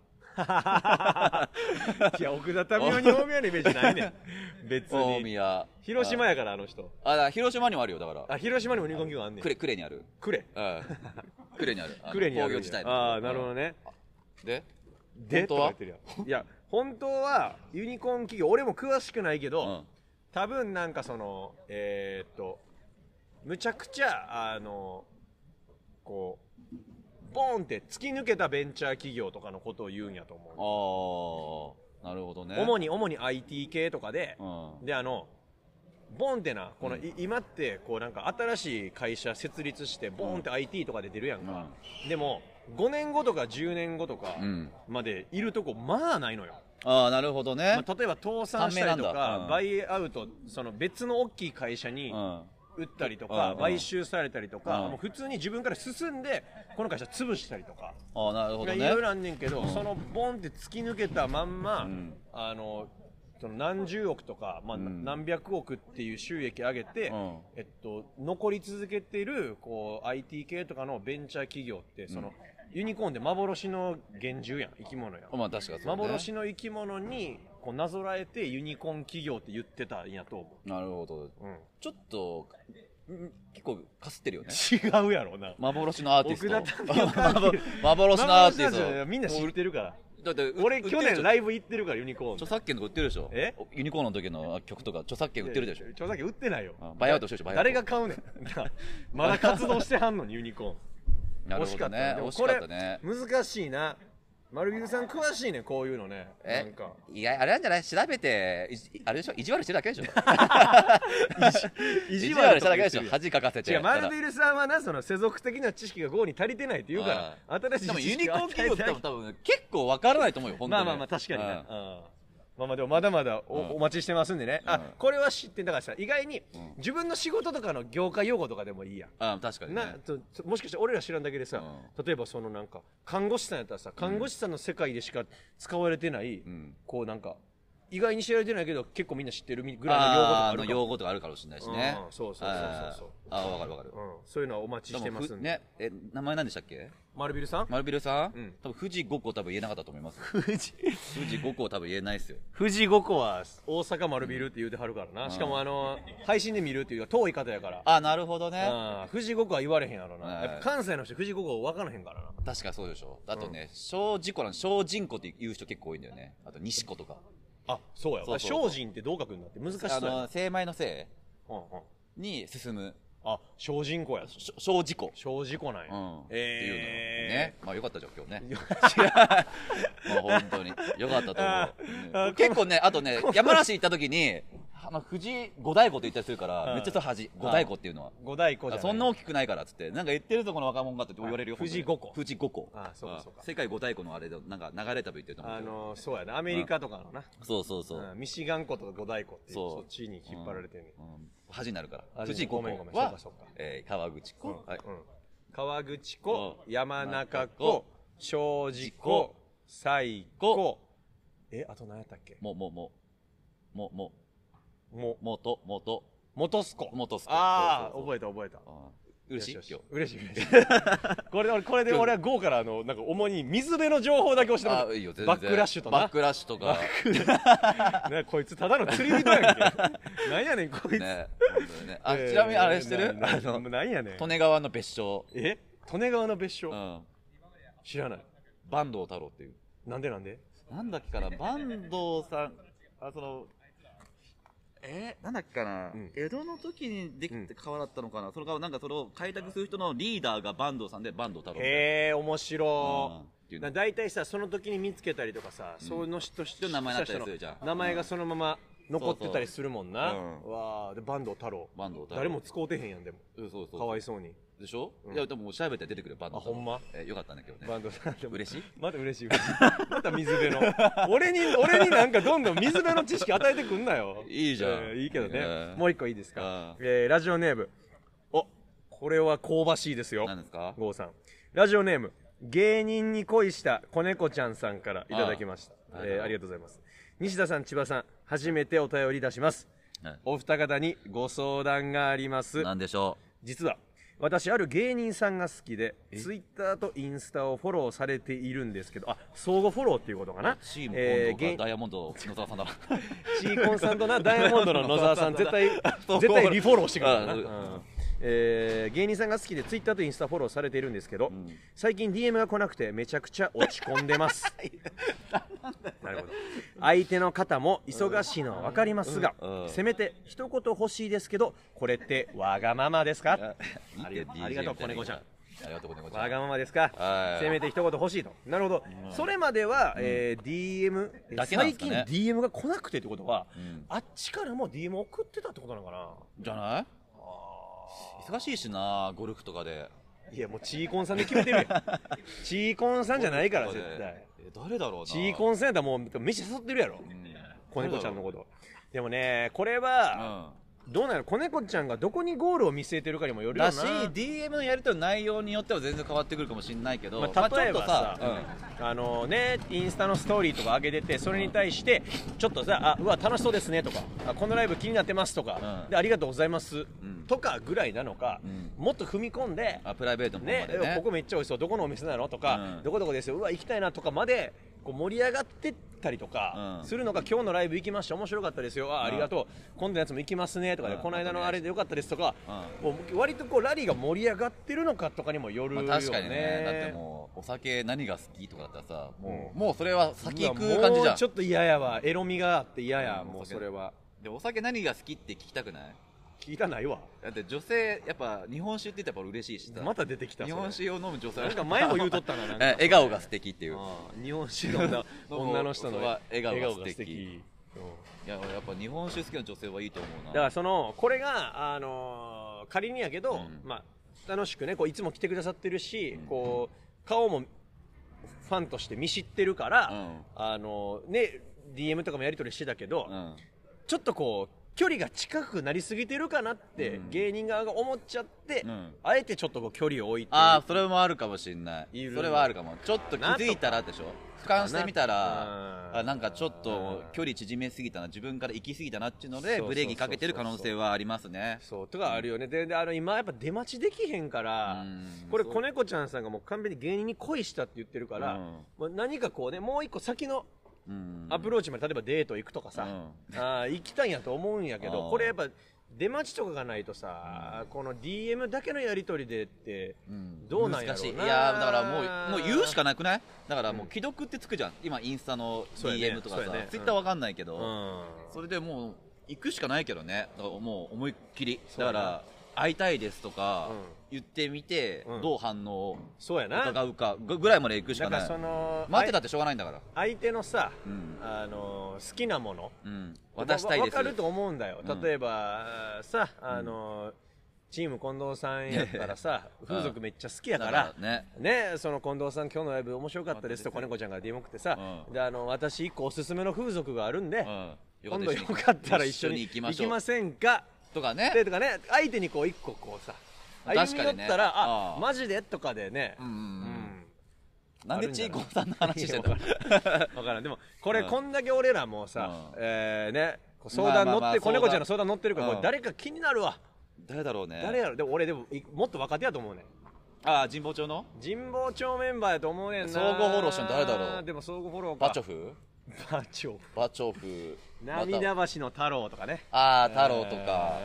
Speaker 1: いや奥田民生に大宮のイメージないね ん別
Speaker 2: 大
Speaker 1: に
Speaker 2: 宮
Speaker 1: 広島
Speaker 2: あ
Speaker 1: やからあの人
Speaker 2: あだから広島にもあるよだから
Speaker 1: あ広島にもユニコーン企業あんねん
Speaker 2: 呉呉にある
Speaker 1: くれ
Speaker 2: うん呉にあるあの
Speaker 1: くれにあ
Speaker 2: 工
Speaker 1: る
Speaker 2: 業
Speaker 1: ん
Speaker 2: 地
Speaker 1: や
Speaker 2: 帯
Speaker 1: ああなるほど
Speaker 2: ね
Speaker 1: ね
Speaker 2: で
Speaker 1: で
Speaker 2: 本当は
Speaker 1: とか言ってるや んいや本当はユニコーン企業俺も詳しくないけど、
Speaker 2: うん
Speaker 1: 多分なんかそのえーっとむちゃくちゃあのこうボーンって突き抜けたベンチャー企業とかのことを言うんやと思
Speaker 2: ああなるほど
Speaker 1: う、
Speaker 2: ね
Speaker 1: 主
Speaker 2: に
Speaker 1: に主に IT 系とかで
Speaker 2: う、ん
Speaker 1: であのボンってなこの、
Speaker 2: うん
Speaker 1: い今ってこうなんか新しい会社設立してボーンって IT とかで出るやんか、でも5年後とか10年後とか
Speaker 2: うん
Speaker 1: までいるとこまあないのよ、
Speaker 2: ああなるほどね
Speaker 1: まあ、例えば倒産したりと
Speaker 2: 短命な
Speaker 1: か、
Speaker 2: んだうん
Speaker 1: バイアウトその別の大きい会社に、
Speaker 2: うん
Speaker 1: 売ったりと
Speaker 2: うん
Speaker 1: か
Speaker 2: うん
Speaker 1: 買収されたりとか
Speaker 2: うん
Speaker 1: もう普通に自分から進んでこの会社潰したりとか
Speaker 2: ああなるほど
Speaker 1: い
Speaker 2: ね
Speaker 1: ろいろあんねんけどそのボンって突き抜けたまんま
Speaker 2: ん
Speaker 1: あのその何十億とかまあ
Speaker 2: ん
Speaker 1: 何百億っていう収益上げて
Speaker 2: うん
Speaker 1: えっと残り続けているこう IT 系とかのベンチャー企業ってそのユニコーンで幻の幻獣やん生き物やん
Speaker 2: まあ確かそうね
Speaker 1: 幻の生き物にこうなぞらえてユニコーン企業って言ってたんやと思
Speaker 2: なるほど
Speaker 1: う、うん
Speaker 2: ちょっとん結構かすってるよね
Speaker 1: 違うやろな
Speaker 2: 幻のアーティスト
Speaker 1: 奥田民生関係
Speaker 2: 幻のアーテ
Speaker 1: 幻
Speaker 2: ィ
Speaker 1: なんじゃな
Speaker 2: ス
Speaker 1: い
Speaker 2: ト
Speaker 1: みんな知ってるから
Speaker 2: だって
Speaker 1: 俺去年ラ
Speaker 2: イ
Speaker 1: イブ行ってるからユニコーン
Speaker 2: 著作権とか売ってるでしょ
Speaker 1: え
Speaker 2: ユニコーンの時の曲とか著作権売ってるでしょ
Speaker 1: 著作権売ってないよ
Speaker 2: あバイアウトしてるでしょバイアウト
Speaker 1: 誰が買うねん まだ活動してはんのにユニコーン
Speaker 2: なるほどね
Speaker 1: でも
Speaker 2: 惜し
Speaker 1: こ
Speaker 2: か
Speaker 1: れ
Speaker 2: ったね
Speaker 1: 難しいな丸ビルさん詳しいねこういうのねなん
Speaker 2: え
Speaker 1: か
Speaker 2: いやあれなんじゃない調べていじあれでしょ意地悪してるだ けでしょ意地悪しただけでしょ恥かかせて
Speaker 1: 違う
Speaker 2: た
Speaker 1: 丸
Speaker 2: だ
Speaker 1: ビルさんはなその世俗的な知識が5に足りてないって言うから新しい
Speaker 2: でも
Speaker 1: 知
Speaker 2: ユニ
Speaker 1: 識
Speaker 2: コ
Speaker 1: を
Speaker 2: ーン企業って多
Speaker 1: 与え
Speaker 2: 分
Speaker 1: て
Speaker 2: 多分結構わからないと思うよ本当
Speaker 1: まあ
Speaker 2: に
Speaker 1: まあまあ確かに
Speaker 2: う
Speaker 1: ね
Speaker 2: ん、
Speaker 1: うんまあまあでもまだまだお,、
Speaker 2: うん
Speaker 1: お待ちしてますんでね、
Speaker 2: う
Speaker 1: あ
Speaker 2: ん
Speaker 1: これは知ってだからさ意外に
Speaker 2: うん
Speaker 1: 自分の仕事とかの業界用語とかでもいいやん、
Speaker 2: あ確かにね
Speaker 1: なとともしかして俺ら知らんだけでさ、例えばそのなんか看護師さんやったらさ看護師さんの世界でしか使われてない、
Speaker 2: うん
Speaker 1: こうなんか意外に知られてないけど結構みんな知ってるぐらいの用語とか
Speaker 2: あー
Speaker 1: あ
Speaker 2: あ
Speaker 1: るか
Speaker 2: の
Speaker 1: も
Speaker 2: 用語とかあるかもしれないしね
Speaker 1: うんそうそうそうそう
Speaker 2: あーあーわかるわかる
Speaker 1: うん、そういうのはお待ちしてますんで
Speaker 2: ふねえ名前なんでしたっけ
Speaker 1: 丸ビルさん
Speaker 2: 丸ビルさん、
Speaker 1: うん
Speaker 2: 多分富士5個多分言えなかったと思います
Speaker 1: 富士
Speaker 2: 富士5個多分言えないですよ
Speaker 1: 富士五湖は大阪丸ビルって言うてはるからな、しかもあの配信で見るっていうか遠い方やから
Speaker 2: あなるほどね
Speaker 1: うん富士五湖は言われへんやろな、
Speaker 2: はい
Speaker 1: やっぱ関西の人富士五湖分からへんからな
Speaker 2: 確かそうでしょあとね、小事故なん小人故って言う人結構多いんだよねあと西子とか
Speaker 1: あそうや
Speaker 2: そう
Speaker 1: わ
Speaker 2: そう
Speaker 1: 精進ってどう書くんだって難しそうや
Speaker 2: あ
Speaker 1: な
Speaker 2: の精米のせ
Speaker 1: うんうん
Speaker 2: いに進む
Speaker 1: あ精進湖や
Speaker 2: しょ小事故
Speaker 1: 精進湖なんや、
Speaker 2: うん、っていうのよ
Speaker 1: え
Speaker 2: ねまあよかったじゃん今日ね まあ本当によかったと
Speaker 1: あ
Speaker 2: 思う、
Speaker 1: あ
Speaker 2: うん結構ねあとね山梨行った時にあの富士五大湖って言ったりするから、
Speaker 1: うん
Speaker 2: めっちゃそれ恥五大湖っていうのは
Speaker 1: ー、五大湖じゃない
Speaker 2: そんな大きくないからっつってなんか言ってるぞこの若者がって言われるよ
Speaker 1: あ富士
Speaker 2: 本
Speaker 1: 五湖
Speaker 2: 当に富士五湖
Speaker 1: あそうかそうか
Speaker 2: 世界五大湖のあれでなんか流れ多分言ってると思う
Speaker 1: あ
Speaker 2: けど
Speaker 1: のそうやなアメリカとかのな、
Speaker 2: そうそうそう、
Speaker 1: うんミシガン湖とか五大湖っていう
Speaker 2: そう
Speaker 1: そっちに引っ張られてんねん、
Speaker 2: うん恥になるか
Speaker 1: あ
Speaker 2: ら富士五
Speaker 1: ご
Speaker 2: 湖
Speaker 1: めんごめんそう
Speaker 2: は
Speaker 1: かそうか
Speaker 2: えー川口湖、はい
Speaker 1: うん川口湖、
Speaker 2: うん
Speaker 1: 山中湖、庄司湖、西湖
Speaker 2: 湖、
Speaker 1: え、あと何やったっけ
Speaker 2: もうもうもうもうも
Speaker 1: も
Speaker 2: う、もうともうと
Speaker 1: 元栖湖。
Speaker 2: もとす
Speaker 1: ああ、
Speaker 2: そうそうそう
Speaker 1: 覚えた覚えた。
Speaker 2: うん嬉しい
Speaker 1: よ
Speaker 2: 今
Speaker 1: しよし嬉しい
Speaker 2: 日
Speaker 1: 嬉しい。これで俺、これで俺はゴーからあの、なんか主に水辺の情報だけ押してもら
Speaker 2: あ
Speaker 1: っ
Speaker 2: ーいいよ全然
Speaker 1: バックラッシュと
Speaker 2: バッ
Speaker 1: な。
Speaker 2: クラッシュとか
Speaker 1: ねこいつただの釣り人やんけ。 なんやねん、こいつ。
Speaker 2: ね本当にねあちなみにあれしてるあ
Speaker 1: あ
Speaker 2: の
Speaker 1: の、なんやねん
Speaker 2: 利。根川の別所
Speaker 1: え利根川の別
Speaker 2: う
Speaker 1: 所
Speaker 2: ん
Speaker 1: 知らない。
Speaker 2: 坂東太郎っていう
Speaker 1: なんでなんで
Speaker 2: なんだっけかな坂東さんあそのえー、なんだっけかな、
Speaker 1: うん
Speaker 2: 江戸の時にで
Speaker 1: うん
Speaker 2: きた川だったのかな、それがなんかそれを開拓する人のリーダーが坂東さんで坂東太郎みたいな
Speaker 1: へえ、面
Speaker 2: うん
Speaker 1: 白い。
Speaker 2: っていうの
Speaker 1: だ大体さその時に見つけたりとかさ、その人し
Speaker 2: ょっと名前になったりする
Speaker 1: した人の
Speaker 2: じゃん
Speaker 1: 名前がそのまま残ってたりするもんな、
Speaker 2: そうそう
Speaker 1: わあで坂東太郎
Speaker 2: 坂東太郎
Speaker 1: 誰も使うてへんやんでも
Speaker 2: うんそうそう
Speaker 1: かわいそうに
Speaker 2: でしょ、
Speaker 1: うん
Speaker 2: いやでも調べて出てくるよバンド
Speaker 1: あほんま
Speaker 2: えーよかったんだけどね
Speaker 1: 坂東太郎でも
Speaker 2: 嬉しい
Speaker 1: また嬉しい嬉しいまた水辺の俺に俺になんかどんどん水辺の知識与えてくんなよ
Speaker 2: いいじゃん
Speaker 1: えーいいけどね、
Speaker 2: えー
Speaker 1: もう一個いいですか
Speaker 2: あー、
Speaker 1: えーラジオネームおこれは香ばしいですよ
Speaker 2: 何ですか
Speaker 1: 郷さんラジオネーム芸人に恋した子猫ちゃんさんからいただきました
Speaker 2: ああ
Speaker 1: えーありがとうございます西田さん千葉さん初めてお便り出します
Speaker 2: はい
Speaker 1: お二方にご相談があります
Speaker 2: なんでしょ
Speaker 1: 実は私ある芸人さんが好きでツイッターとインスタをフォローされているんですけどあ相互フォローっていうことかな
Speaker 2: うチーム
Speaker 1: え
Speaker 2: 近藤か
Speaker 1: 芸
Speaker 2: ダイヤモンド野沢さんだな
Speaker 1: シーコンさんとな、 ダイヤモンドの野沢さん、絶対、
Speaker 2: そう
Speaker 1: 絶対リフォローしてくるからな。
Speaker 2: あそ
Speaker 1: う
Speaker 2: う
Speaker 1: んえー芸人さんが好きで、ツイッターとインスタフォローされているんですけど、最近 DM が来なくて、めちゃくちゃ落ち込んで ます。なるほど。相手の方も忙しいのは分かりますが、
Speaker 2: うんうん
Speaker 1: せめて一言欲しいですけど、これってわがままですか
Speaker 2: ありが
Speaker 1: ありがとう子猫ちゃん
Speaker 2: ありがとう子猫ちゃん
Speaker 1: わがままですか
Speaker 2: はい
Speaker 1: せめて一言欲しいと。なるほど。それまでは、えー DM、えー
Speaker 2: だけなん
Speaker 1: 最
Speaker 2: で
Speaker 1: 近
Speaker 2: すかね
Speaker 1: DM が来なくてってことは、
Speaker 2: ん
Speaker 1: あっちからも DM 送ってたってことなのかな
Speaker 2: じゃない忙しいしなゴルフとかで
Speaker 1: いや、もうチーコンさんで決めてる やん。チーコンさんじゃないから、
Speaker 2: ゴル
Speaker 1: 絶
Speaker 2: フとで
Speaker 1: 対。
Speaker 2: え誰だろうな
Speaker 1: チーコンさんやったらもう、飯誘ってるやろ。子猫ちゃんのこと。でもね、これは、どうなの子猫ちゃんがどこにゴールを見据えてるかにもよ
Speaker 2: うん
Speaker 1: るよな。
Speaker 2: だし DM のやり取りの内容によっては全然変わってくるかもしれないけど、
Speaker 1: まあ、例えばさ、
Speaker 2: まあちょっと
Speaker 1: あのねインスタのストーリーとか上げててそれに対してちょっとさ「あうわ楽しそうですね」とかあ「このライブ気になってます」とか、
Speaker 2: うん
Speaker 1: で「ありがとうございます」
Speaker 2: ん
Speaker 1: とかぐらいなのか、
Speaker 2: ん
Speaker 1: もっと踏み込んで
Speaker 2: うんあプライベー
Speaker 1: 「
Speaker 2: トの方
Speaker 1: ね
Speaker 2: までね
Speaker 1: ここめっちゃ美味しそうどこのお店なの?」とか、
Speaker 2: うん
Speaker 1: どこどこですようわ行きたいな」とかまでこう盛り上がってったりとか
Speaker 2: うん
Speaker 1: するのが、今日のライブ行きました面白かったですよあありがとう、今度のやつも行きますねとかで、
Speaker 2: うん
Speaker 1: この間のあれでよかったですとか、
Speaker 2: う
Speaker 1: こう割とこうラリーが盛り上がってるのかとかにもよるよね、
Speaker 2: まあ、確かにねだってもうお酒何が好きとかだったらさもう,、
Speaker 1: う
Speaker 2: もうそれは先行く感じ
Speaker 1: うわ
Speaker 2: じゃ
Speaker 1: も
Speaker 2: ん
Speaker 1: うちょっと嫌やわエロみがあって嫌や、
Speaker 2: うん
Speaker 1: もうそれは
Speaker 2: でお酒何が好きって聞きたくない
Speaker 1: 聞いたないわ
Speaker 2: だって女性やっぱ日本酒って言ったらやっぱ嬉しいしさ、
Speaker 1: また出てきた
Speaker 2: 日
Speaker 1: それ
Speaker 2: 本酒を飲む女性
Speaker 1: なんか前も言うとったななんか
Speaker 2: え笑顔が素敵っていう
Speaker 1: ああ日本酒 の女女の人の
Speaker 2: は笑顔が素敵
Speaker 1: うん
Speaker 2: いややっぱ日本酒好きな女性はいいと思うな
Speaker 1: だからそのこれが、あのー仮にやけど、
Speaker 2: うん
Speaker 1: まあ、楽しくねこういつも来てくださってるし、こう顔もファンとして見知ってるから、
Speaker 2: うん
Speaker 1: あのーね DM とかもやり取りしてたけど、
Speaker 2: うん
Speaker 1: ちょっとこう距離が近くなりすぎてるかなって
Speaker 2: うん
Speaker 1: 芸人側が思っちゃって、
Speaker 2: うん
Speaker 1: あえてちょっとこう距離を置いて
Speaker 2: ああそれもあるかもしんない
Speaker 1: いる
Speaker 2: それはあるかもちょっと気づいたらでしょ俯瞰してみた
Speaker 1: う
Speaker 2: ら
Speaker 1: ん
Speaker 2: あなんかちょっと
Speaker 1: うん
Speaker 2: 距離縮めすぎたな自分から行き過ぎたなっていうの
Speaker 1: そう
Speaker 2: で
Speaker 1: そうそうそう
Speaker 2: ブレーキかけてる可能性はありますね
Speaker 1: そうとかあるよね、でであの今やっぱ出待ちできへんから、
Speaker 2: うん
Speaker 1: これ子猫ちゃんさんがもう完璧に芸人に恋したって言ってるから、
Speaker 2: うん
Speaker 1: まあ、何かこうねもう一個先の
Speaker 2: うん
Speaker 1: アプローチまで例えばデート行くとかさ、
Speaker 2: う
Speaker 1: あー行きたいんやと思うんやけ
Speaker 2: あ
Speaker 1: ど
Speaker 2: ー
Speaker 1: これやっぱ出待ちとかがないとさ、この DM だけのやり取りでって
Speaker 2: うん
Speaker 1: どうなんや
Speaker 2: 難
Speaker 1: ろ
Speaker 2: しいうい
Speaker 1: な
Speaker 2: やーだからもうもう言うしかなくないだからもう既読ってつくじゃん今インスタの
Speaker 1: そうやね
Speaker 2: DM とかさ
Speaker 1: そうやね
Speaker 2: ツイッターわかんないけど、
Speaker 1: うん
Speaker 2: それでもう行くしかないけどねだからもう思いっきり
Speaker 1: そ
Speaker 2: だ
Speaker 1: う
Speaker 2: か
Speaker 1: だな
Speaker 2: ら会いたいですとか
Speaker 1: うん
Speaker 2: 言ってみて、
Speaker 1: うん
Speaker 2: どう反応を
Speaker 1: そうやな
Speaker 2: 伺うかぐぐらいまで行くし
Speaker 1: だ
Speaker 2: か
Speaker 1: か
Speaker 2: な
Speaker 1: ら
Speaker 2: い
Speaker 1: その
Speaker 2: 待ってたってしょうがないんだから、
Speaker 1: あい相手のさ、
Speaker 2: うん
Speaker 1: あの好きなもの
Speaker 2: うん、渡したいです
Speaker 1: わわかると思うんだよ、
Speaker 2: うん
Speaker 1: 例えばあーさあの、チーム近藤さんやったら さ
Speaker 2: ん
Speaker 1: 風俗めっちゃ好きや
Speaker 2: だ
Speaker 1: か
Speaker 2: かららね
Speaker 1: ね、その近藤さん、今日のライブ面白かったですと、子猫ちゃんが DM 送ってさ、
Speaker 2: うん
Speaker 1: であの私、一個おすすめの風俗があるんで、
Speaker 2: うん
Speaker 1: 今度よ
Speaker 2: 一緒に
Speaker 1: かったら一緒に
Speaker 2: 行きまし
Speaker 1: 行
Speaker 2: ょ
Speaker 1: きま
Speaker 2: う
Speaker 1: せんか
Speaker 2: とか
Speaker 1: で
Speaker 2: ね
Speaker 1: とかね、相手にこう一個こうさ、
Speaker 2: 確か
Speaker 1: 歩
Speaker 2: にね
Speaker 1: み寄ったら、あ
Speaker 2: ああ
Speaker 1: マジでとかでね、
Speaker 2: うんうんうん
Speaker 1: うん
Speaker 2: なんで
Speaker 1: あるじ
Speaker 2: チ
Speaker 1: ゃ
Speaker 2: ー
Speaker 1: ない
Speaker 2: コさんの話してたの
Speaker 1: いやわからん わからん、でもこれ、
Speaker 2: うん
Speaker 1: こんだけ俺らもさ、
Speaker 2: うん
Speaker 1: えーね、こう相談乗
Speaker 2: まあまあ
Speaker 1: っ
Speaker 2: ま
Speaker 1: て、
Speaker 2: あ
Speaker 1: 子猫ちゃんの相談乗ってるから、
Speaker 2: うん
Speaker 1: これ誰か気になるわ、
Speaker 2: 誰だろうね
Speaker 1: 誰やろ、でも俺、でもいもっと若手やと思うね。
Speaker 2: ああ神保町の
Speaker 1: 神保町メンバーやと思うねんな
Speaker 2: 総合フォローしたの誰だろう
Speaker 1: でも総合フォローか
Speaker 2: バチョフ
Speaker 1: バチョ
Speaker 2: バチョフ
Speaker 1: 涙
Speaker 2: ま
Speaker 1: 橋の太郎とかね
Speaker 2: たああ太郎とか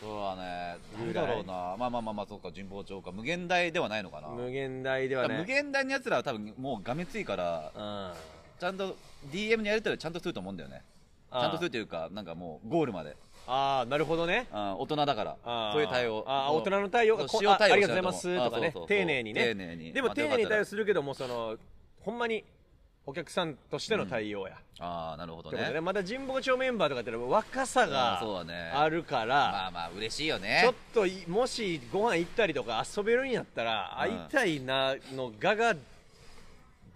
Speaker 1: う
Speaker 2: そうだね
Speaker 1: 由来
Speaker 2: 誰だろうなまあまあまあまあそうか神保町か無限大ではないのかなん
Speaker 1: 無限大では
Speaker 2: だ
Speaker 1: ね
Speaker 2: から無限大のやつらは多分もうがめついから
Speaker 1: うん
Speaker 2: ちゃんと DM にやり取りはちゃんとすると思うんだよねち
Speaker 1: あー
Speaker 2: ゃんとするというかなんかもうゴールまで
Speaker 1: ああなるほどね
Speaker 2: あー大人だから
Speaker 1: あー
Speaker 2: そういう対応
Speaker 1: あー
Speaker 2: そう
Speaker 1: 大人の対応が
Speaker 2: そう
Speaker 1: こ
Speaker 2: 塩対応
Speaker 1: ああり
Speaker 2: し
Speaker 1: がとうご
Speaker 2: てる
Speaker 1: ざいます
Speaker 2: 思
Speaker 1: とかね
Speaker 2: あーそうそうそう
Speaker 1: 丁寧にね
Speaker 2: 丁寧に
Speaker 1: でも
Speaker 2: またよ
Speaker 1: 丁
Speaker 2: か
Speaker 1: 寧
Speaker 2: った
Speaker 1: に
Speaker 2: ら
Speaker 1: 対応するけどもそのほんまにお客さんとしての対応や、
Speaker 2: ああなるほど
Speaker 1: ってことで
Speaker 2: ね
Speaker 1: ねまた神保町メンバーとかってのは若さ
Speaker 2: あー
Speaker 1: が
Speaker 2: そうだね
Speaker 1: あるから、
Speaker 2: まあまあ嬉しいよ
Speaker 1: ちょっ
Speaker 2: ね
Speaker 1: といもしご飯行ったりとか遊べるんやったら
Speaker 2: う
Speaker 1: 会
Speaker 2: ん
Speaker 1: いたいなのがが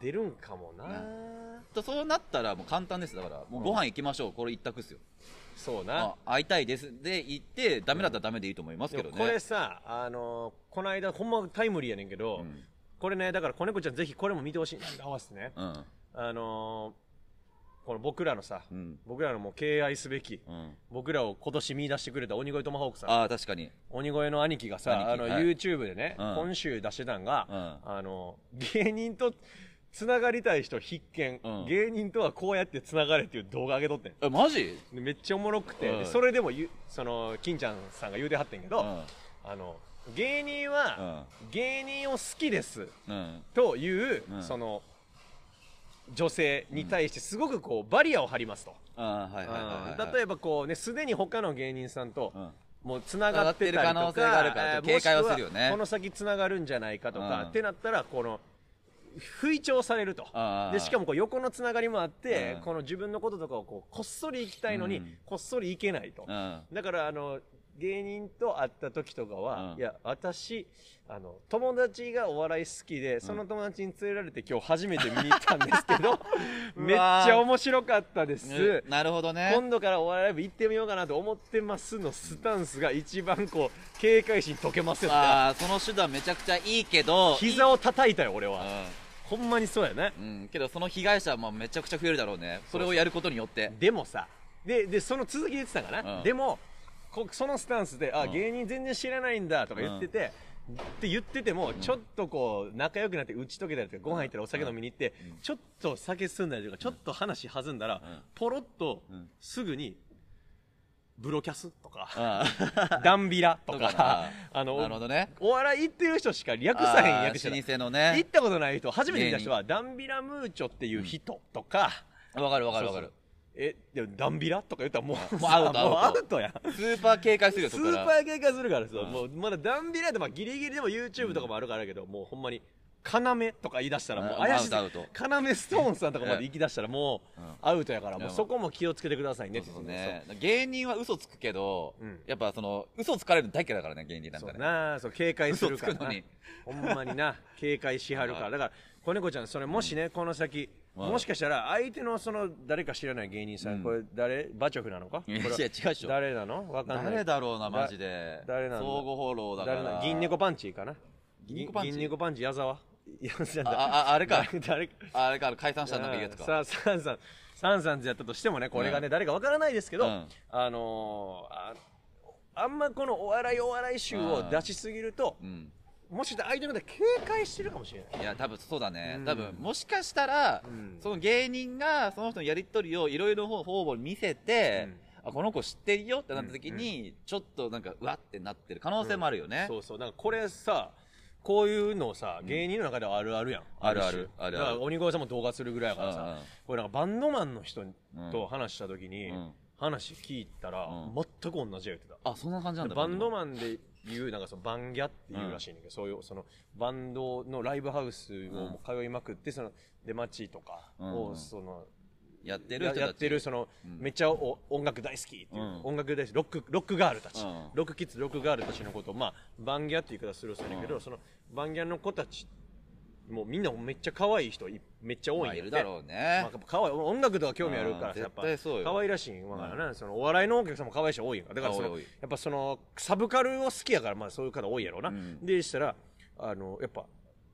Speaker 1: 出るんかもな、
Speaker 2: うとそうなったらもう簡単ですだからもうご飯行きましょうこれ一択っすよ
Speaker 1: そう
Speaker 2: あ
Speaker 1: な
Speaker 2: 会いたいですで行ってダメだったらダメでいいと思います
Speaker 1: で
Speaker 2: け
Speaker 1: も
Speaker 2: ど
Speaker 1: これ
Speaker 2: ね
Speaker 1: さあのこの間ほんまタイムリーやねんけど、
Speaker 2: ん
Speaker 1: これねだから子猫ちゃんぜひこれも見てほしいなんで合わせてね、
Speaker 2: うん
Speaker 1: あのこの僕らのさ、
Speaker 2: うん
Speaker 1: 僕らのもう敬愛すべき、
Speaker 2: うん
Speaker 1: 僕らを今年見出してくれた鬼越トマホークさん
Speaker 2: ああ確かに
Speaker 1: 鬼越の兄貴がさ
Speaker 2: 兄貴
Speaker 1: あの、
Speaker 2: はい
Speaker 1: YouTube でね、
Speaker 2: うん
Speaker 1: 今週出してたんが、
Speaker 2: う
Speaker 1: あの芸人とつながりたい人必見、
Speaker 2: うん
Speaker 1: 芸人とはこうやってつながれっていう動画上げとってん
Speaker 2: えマジ
Speaker 1: でめっちゃおもろくて、
Speaker 2: うん
Speaker 1: でそれでもゆその金ちゃんさんが言うてはってんけど、
Speaker 2: うん
Speaker 1: あの芸人は、芸人を好きです
Speaker 2: うん
Speaker 1: という、
Speaker 2: うん
Speaker 1: その女性に対してすごくこうバリアを張りますと、
Speaker 2: あーはいはいはいはい
Speaker 1: うん例えばこうねすでに他の芸人さんと、
Speaker 2: うん
Speaker 1: もうつながってたりと
Speaker 2: 繋
Speaker 1: か
Speaker 2: がってる可能性があるから
Speaker 1: えー
Speaker 2: 警戒はするよね
Speaker 1: もしくはこの先つながるんじゃないかとか、
Speaker 2: うん
Speaker 1: ってなったらこの不意調されると
Speaker 2: ああ
Speaker 1: でしかもこう横のつながりもあって、
Speaker 2: うん
Speaker 1: この自分のこととかをこうこっそり行きたいのに、
Speaker 2: うん
Speaker 1: こっそり行けないと、
Speaker 2: うん
Speaker 1: だからあの芸人と会った時とかは、
Speaker 2: うん
Speaker 1: いや私あの友達がお笑い好きでその友達に連れられて今日初めて見に行ったんですけ ど
Speaker 2: うん
Speaker 1: めっちゃ面白かったです、
Speaker 2: うんなるほどね
Speaker 1: 今度からお笑いライブ行ってみようかなと思ってますのスタンスが一番こう警戒心解けますよって
Speaker 2: ああその手段めちゃくちゃいいけど
Speaker 1: 膝
Speaker 2: を
Speaker 1: を叩いたよ俺
Speaker 2: う
Speaker 1: は
Speaker 2: ん
Speaker 1: ほんまにそうやね
Speaker 2: うん、けどその被害者はまあめちゃくちゃ増えるだろうねそれをやることによって
Speaker 1: でもさででその続きで言ってたかな、
Speaker 2: うん
Speaker 1: でもこそのスタンスであ、
Speaker 2: うん
Speaker 1: 芸人全然知らないんだとか言ってて、って言ってても、ちょっとこう仲良くなって打ち解けたりとかご飯行ったらお酒飲みに行って、ちょっと酒進んだりとかちょっと話弾んだら、
Speaker 2: うん
Speaker 1: ポロッと
Speaker 2: うん
Speaker 1: すぐにブロキャスとか、
Speaker 2: ああ
Speaker 1: ダンビラと
Speaker 2: とか
Speaker 1: か、あの、
Speaker 2: なるほどね
Speaker 1: お笑い行ってる人しか略さへん
Speaker 2: あ
Speaker 1: 略して
Speaker 2: ー
Speaker 1: ない。
Speaker 2: 老舗の
Speaker 1: 行
Speaker 2: ね
Speaker 1: ったことない人、初めて見た人は、ダンビラムーチョっていう人とか、
Speaker 2: わかるわかるわか
Speaker 1: そう
Speaker 2: る
Speaker 1: そうえ、でもダンビラとか言ったらもう、
Speaker 2: もうアウト
Speaker 1: さもう
Speaker 2: ア
Speaker 1: ア
Speaker 2: ウト
Speaker 1: ウトやん。
Speaker 2: スーパー警戒するよ
Speaker 1: ス
Speaker 2: そこか
Speaker 1: ーパ
Speaker 2: ら
Speaker 1: ー警戒するからさ、
Speaker 2: うん
Speaker 1: もうまだダンビラってまあギリギリでも YouTube とかもあるからやけど、もうほんまに要とか言い出したらもう
Speaker 2: うん
Speaker 1: 怪しい
Speaker 2: アウトアウ
Speaker 1: 要ストーンさんとかまで行き出したらもう
Speaker 2: うん
Speaker 1: アウトやから、
Speaker 2: い
Speaker 1: も
Speaker 2: や
Speaker 1: うそこも気をつけてくださいねって
Speaker 2: そう
Speaker 1: 言
Speaker 2: そ
Speaker 1: っ
Speaker 2: う
Speaker 1: てた
Speaker 2: ね芸人は嘘つくけど、
Speaker 1: うん
Speaker 2: やっぱその嘘つかれるの大嫌いだからね芸人なん
Speaker 1: そ
Speaker 2: か
Speaker 1: う
Speaker 2: ね
Speaker 1: なあそう警戒するから
Speaker 2: 嘘つくの
Speaker 1: な
Speaker 2: に
Speaker 1: ほんまにな警戒しはるからだから子猫ちゃん、それもしね、この先、
Speaker 2: はい
Speaker 1: もしかしたら相手のその誰か知らない芸人さん、
Speaker 2: うん
Speaker 1: これ誰バチョフなのかこ
Speaker 2: い
Speaker 1: れ
Speaker 2: や違うでしょ
Speaker 1: 誰なのわかんない。
Speaker 2: 誰だろうなマジで
Speaker 1: 誰なんだ
Speaker 2: 相互フォローだか
Speaker 1: 誰
Speaker 2: ら
Speaker 1: な銀猫パンチかな
Speaker 2: 銀猫パンチ
Speaker 1: 銀猫パンチ矢沢。矢沢
Speaker 2: あああれか
Speaker 1: 誰か。
Speaker 2: あれから解散したなんかいうやつか
Speaker 1: さあ、サンさん、サンさんズやったとしてもね、これがね、
Speaker 2: う
Speaker 1: 誰かわからないですけど、
Speaker 2: うん
Speaker 1: あのーあ、あんまこのお笑いお笑い集を出しすぎると、
Speaker 2: うん
Speaker 1: もしかしたら相手の方警戒してるかもしれない。
Speaker 2: いや多分そうだね、
Speaker 1: うん
Speaker 2: 多分もしかしたら、
Speaker 1: うん
Speaker 2: その芸人がその人のやり取りをいろいろ方々に見せて、あこの子知ってるよってなった時に、ちょっとなんかうわってなってる可能性もあるよね、
Speaker 1: そうそう。なんかこれさ、こういうのさ、芸人の中ではあるあるやん。
Speaker 2: あるあ
Speaker 1: 種
Speaker 2: るあるある
Speaker 1: だから鬼越さんも動画するぐらいやから
Speaker 2: うんう
Speaker 1: さ、
Speaker 2: ん
Speaker 1: これなんかバンドマンの人
Speaker 2: うん
Speaker 1: と話した時に
Speaker 2: うん、
Speaker 1: 話聞いたら
Speaker 2: うん、
Speaker 1: 全く同じや言ってた。
Speaker 2: あそんな感じなんだ
Speaker 1: バンドマンで言う、なんかそのバンギャっていうらしいんだけど、そういう、その、バンドのライブハウスをもう通いまくって、その、出待ちとか
Speaker 2: うんう
Speaker 1: を、
Speaker 2: ん
Speaker 1: その、
Speaker 2: やってる人
Speaker 1: や
Speaker 2: たち
Speaker 1: やってるその、めっちゃお音楽大好きっていう、
Speaker 2: うん
Speaker 1: 音楽大好きロックロックガールたち、
Speaker 2: うん
Speaker 1: ロックキッズロックガールたちのことをまあバンギャっていう言い方するんだけど、そのバンギャの子たちもうみんなめっちゃ可愛い人いめっちゃ多いん
Speaker 2: まあ
Speaker 1: や
Speaker 2: い
Speaker 1: って
Speaker 2: るだろうね、
Speaker 1: まあ、可愛い音楽とか興味あるから
Speaker 2: うん
Speaker 1: さやっぱ
Speaker 2: 絶対そうよ
Speaker 1: 可愛らしいわからな、そのお笑いのお客さんも可愛いし多いんやだからその
Speaker 2: 多い多
Speaker 1: や
Speaker 2: い
Speaker 1: っぱそのサブカルを好きやからまあそういう方多いやろうな、
Speaker 2: うん
Speaker 1: でしたらあのやっぱ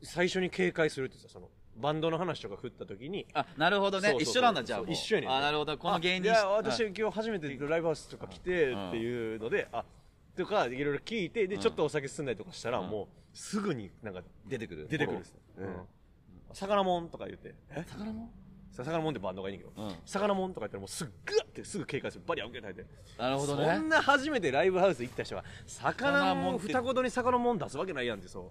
Speaker 1: 最初に警戒するってさそのバンドの話とか振った時に
Speaker 2: あなるほどね
Speaker 1: そうそうそう
Speaker 2: 一緒なんだじゃあ
Speaker 1: そう
Speaker 2: もう
Speaker 1: 一緒やねん
Speaker 2: あなるほどこの芸人
Speaker 1: いや
Speaker 2: うん
Speaker 1: 私今日初めてライブハウスとか来てっていうので、あとかいろいろ聞いてでちょっとお酒進んだりとかしたら、
Speaker 2: うん
Speaker 1: もうすぐになんか
Speaker 2: 出てくる
Speaker 1: 出てくるんです、
Speaker 2: うん
Speaker 1: うん魚もんとか言ってえ
Speaker 2: 魚も
Speaker 1: さ魚もんってバンドがいいんだけど、
Speaker 2: うん
Speaker 1: 魚もんとか言ったらもうすっぐってすぐ警戒するバリア受けたいて
Speaker 2: なるほど
Speaker 1: そ
Speaker 2: ね
Speaker 1: んな初めてライブハウス行った人は魚
Speaker 2: 魚
Speaker 1: も
Speaker 2: も
Speaker 1: ん
Speaker 2: ん
Speaker 1: 二言に魚もん出すわけないやんってそ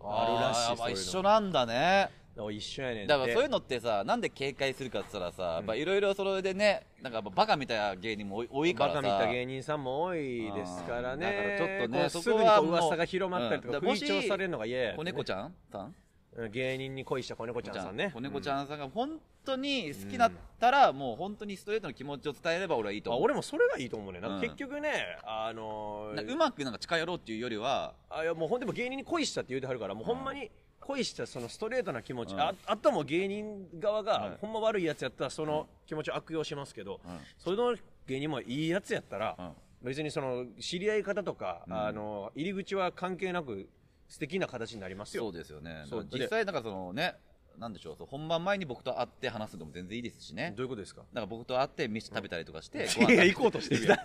Speaker 1: うあるらしい
Speaker 2: ーや
Speaker 1: そう
Speaker 2: っぱ
Speaker 1: いうの
Speaker 2: 一緒なんだね
Speaker 1: だから一緒やねんって
Speaker 2: だからそういうのってさなんで警戒するかって言ったらさやっぱいろいろそれでねなんかやっぱバカみたいな芸人も多い多いか
Speaker 1: バ
Speaker 2: らさ
Speaker 1: カ見た芸人さんも多いですからね。
Speaker 2: あーだからちょっとね
Speaker 1: こう
Speaker 2: そ
Speaker 1: す
Speaker 2: こ
Speaker 1: ぐに
Speaker 2: は
Speaker 1: こう
Speaker 2: もう
Speaker 1: 噂が広まったりとか、
Speaker 2: うんだからもし
Speaker 1: 吹聴されるのが嫌や、ね。
Speaker 2: 子猫ちゃんさん
Speaker 1: うん芸人に恋した子猫ちゃんさんね。
Speaker 2: 子猫ちゃんさんが本当に好きだったら、もう本当にストレートの気持ちを伝えれば俺はいいと
Speaker 1: あ
Speaker 2: 思う
Speaker 1: 俺もそれがいいと思うね。なんか
Speaker 2: うん
Speaker 1: 結局ね、あのー
Speaker 2: なうまくなんか近寄ろうっていうよりは
Speaker 1: あいやもうほんでも芸人に恋したって言うてはるから、もうほんまに恋したそのストレートな気持ち、
Speaker 2: うん
Speaker 1: ああとはもう芸人側
Speaker 2: う
Speaker 1: が
Speaker 2: ん
Speaker 1: ほんま悪いやつやったらその気持ちを悪用しますけど、
Speaker 2: うん
Speaker 1: その芸人もいいやつやったら、
Speaker 2: うん
Speaker 1: 別にその知り合い方とか、
Speaker 2: うん
Speaker 1: あの入り口は関係なく素敵な形になりますよ。
Speaker 2: そうですよね
Speaker 1: そう
Speaker 2: 実際なんかそのねなんでしょうそう本番前に僕と会って話すのも全然いいですしね
Speaker 1: どういうことですか
Speaker 2: なんか僕と会って飯食べたりとかして、ご飯食べたりと
Speaker 1: いや、行
Speaker 2: か
Speaker 1: こうとしてるやん。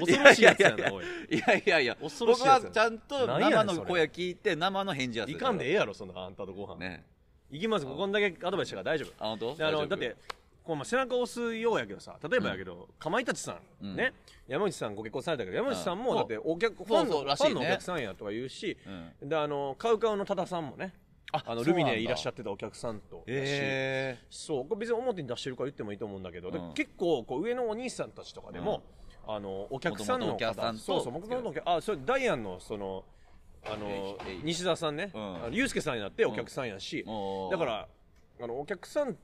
Speaker 1: 恐ろしいやつやな、おい。
Speaker 2: いやいやいや、
Speaker 1: 恐ろしいやつや
Speaker 2: 僕はちゃんと
Speaker 1: なんやね
Speaker 2: 生
Speaker 1: んそ
Speaker 2: の
Speaker 1: れ
Speaker 2: 声聞いて、生の返事やする
Speaker 1: 行かんでええやろ、そんなあんたとご飯。
Speaker 2: ね。
Speaker 1: 行きます、こんだけアドバイスしたから大丈夫。
Speaker 2: あ、本当
Speaker 1: であの、
Speaker 2: 大丈
Speaker 1: だ
Speaker 2: 夫
Speaker 1: って、こうまあ背中を押すようやけどさ、例えばやけど、かまいたちさ
Speaker 2: うん
Speaker 1: ん、ね、山口さんご結婚されたけど、山口さんも
Speaker 2: うん
Speaker 1: だってお客、フ
Speaker 2: そ
Speaker 1: ァ
Speaker 2: う
Speaker 1: ン
Speaker 2: そ
Speaker 1: の
Speaker 2: う
Speaker 1: フ
Speaker 2: らしいね
Speaker 1: ァンのお客さんやとか言うし、
Speaker 2: うん。
Speaker 1: で、あの、カウカウの多田さんもね、あの、ルミネいらっしゃ
Speaker 2: て。
Speaker 1: ってたお客さんとだし、
Speaker 2: え
Speaker 1: そう、これ別に表に出してるから言ってもいいと思うんだけど、で
Speaker 2: うん
Speaker 1: 結構こう上のお兄さんたちとかでも、あのお客さんの
Speaker 2: 元々お客さ
Speaker 1: 方、
Speaker 2: んと
Speaker 1: そうそう、元々のお客あ、それダイアンのそのあの
Speaker 2: えいえい
Speaker 1: 西澤さんね、
Speaker 2: うん
Speaker 1: あのユースケさんになってお客さんやし
Speaker 2: うんお、ー
Speaker 1: だからあのお客さん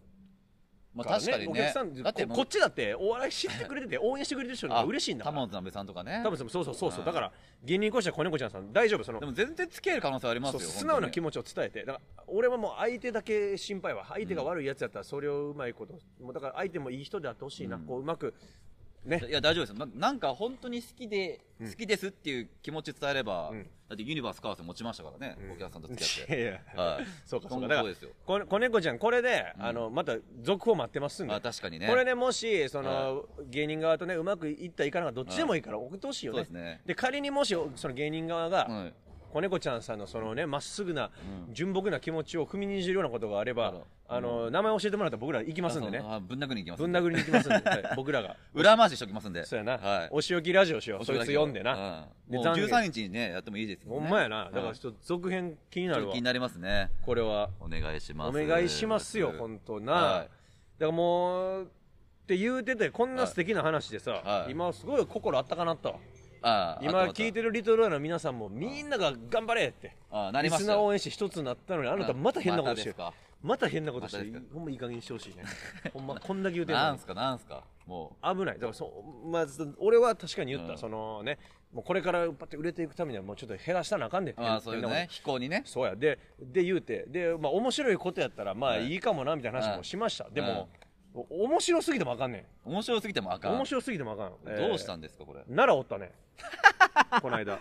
Speaker 2: ま
Speaker 1: から
Speaker 2: あ
Speaker 1: ね、
Speaker 2: 確かに
Speaker 1: お
Speaker 2: ね
Speaker 1: 客さん。
Speaker 2: だって
Speaker 1: こ
Speaker 2: もう
Speaker 1: こっちだってお笑い知ってくれてて応援してくれてる人の方が嬉しいんだ
Speaker 2: あ
Speaker 1: か
Speaker 2: 玉
Speaker 1: ら。
Speaker 2: 本鍋さんとかね。
Speaker 1: 多分そうそうそうそう、だから芸人講師は子猫ちゃんさん大丈夫その
Speaker 2: でも全然付き合える可能性あります
Speaker 1: そう
Speaker 2: よ。
Speaker 1: 素直な気
Speaker 2: 持ち。
Speaker 1: 持ちを伝えてだから俺はもう相手だけ心配は相手が悪いやつやったらそれをうまいこと、もうだから相手もいい人であってほしいな、
Speaker 2: うん
Speaker 1: こううまくね
Speaker 2: いや、大丈夫ですよ。ななんか本当に好きで、好きですっていう気持ち伝えれば
Speaker 1: うん、
Speaker 2: だってユニバースカース持ちましたからね、お客さんと付き合っ
Speaker 1: い
Speaker 2: て。
Speaker 1: やいや
Speaker 2: はい。
Speaker 1: そうかそうかだか
Speaker 2: 今後そう
Speaker 1: ら
Speaker 2: ですよ。
Speaker 1: こ子猫ちゃんこれで、あのまた続報待ってますんで
Speaker 2: あ確かにね
Speaker 1: これねもしその、芸人側とねうまくいったいかなかったどっちでもいいから送ってほしいよね
Speaker 2: そうですね
Speaker 1: で仮にもしその芸人側が、
Speaker 2: はい。
Speaker 1: 子猫ちゃんさんのそのねまっすぐな純朴な気持ちを踏みにじるようなことがあれば、
Speaker 2: なるほど
Speaker 1: あの、名前教えてもらったら僕ら行きますんでね
Speaker 2: あ。ぶん殴りに行きます
Speaker 1: ぶ
Speaker 2: ん
Speaker 1: ん
Speaker 2: で。
Speaker 1: 殴りに行きますんで、 はい僕らが。
Speaker 2: 裏回ししときますんで。
Speaker 1: そうやな、
Speaker 2: はい。
Speaker 1: お仕置きラジオしよう。そいつ読んでな。
Speaker 2: な。
Speaker 1: で
Speaker 2: もう
Speaker 1: 残念
Speaker 2: 13日にね、やってもいいですも
Speaker 1: ほ
Speaker 2: ね
Speaker 1: んまやな。だか
Speaker 2: は
Speaker 1: ら
Speaker 2: い
Speaker 1: ちょっと続編気にな
Speaker 2: ちょっ
Speaker 1: る
Speaker 2: と
Speaker 1: わ
Speaker 2: 気に。なりますね。
Speaker 1: これは。
Speaker 2: お願いしま
Speaker 1: お
Speaker 2: す。
Speaker 1: 願いしますよ、本当な。
Speaker 2: はい
Speaker 1: だからもう、って言うてて、こんな素敵な話でさ、
Speaker 2: はい
Speaker 1: 今すごい心あったかなったわ。
Speaker 2: ああ
Speaker 1: 今聞い
Speaker 2: て。
Speaker 1: てるリトルアイの皆さんもみんなが頑張れって。
Speaker 2: ああなり
Speaker 1: リ
Speaker 2: ま
Speaker 1: ス
Speaker 2: し
Speaker 1: ナ
Speaker 2: た
Speaker 1: ー
Speaker 2: よ。
Speaker 1: 応援して一つになったのに、あなたまた変なことしてる。
Speaker 2: またで
Speaker 1: また変なことして
Speaker 2: またで
Speaker 1: る
Speaker 2: す。
Speaker 1: ほんまいい加減にしてほしいね。ほんま、こんだけ言う
Speaker 2: す
Speaker 1: て
Speaker 2: か
Speaker 1: んの
Speaker 2: な
Speaker 1: に
Speaker 2: んすか、なんすか。も
Speaker 1: 危ないだからそう、まあ、そ俺は確かに言った、
Speaker 2: うん
Speaker 1: そのねもうこれからパッて売れていくためにはもうちょっと減らしたらあかんねん
Speaker 2: まあそういう
Speaker 1: 変なもん
Speaker 2: ね飛行にね
Speaker 1: そうやでで言うてで、まあ、面白いことやったらまあ
Speaker 2: はい
Speaker 1: いいかもなみたいな話もしました、でも、お面白すぎてもあかんね
Speaker 2: 面白すぎてもあ
Speaker 1: ん
Speaker 2: かん
Speaker 1: 面白すぎてもあかん、
Speaker 2: どうした
Speaker 1: ん
Speaker 2: んですかこれ
Speaker 1: 奈良お ったねこの間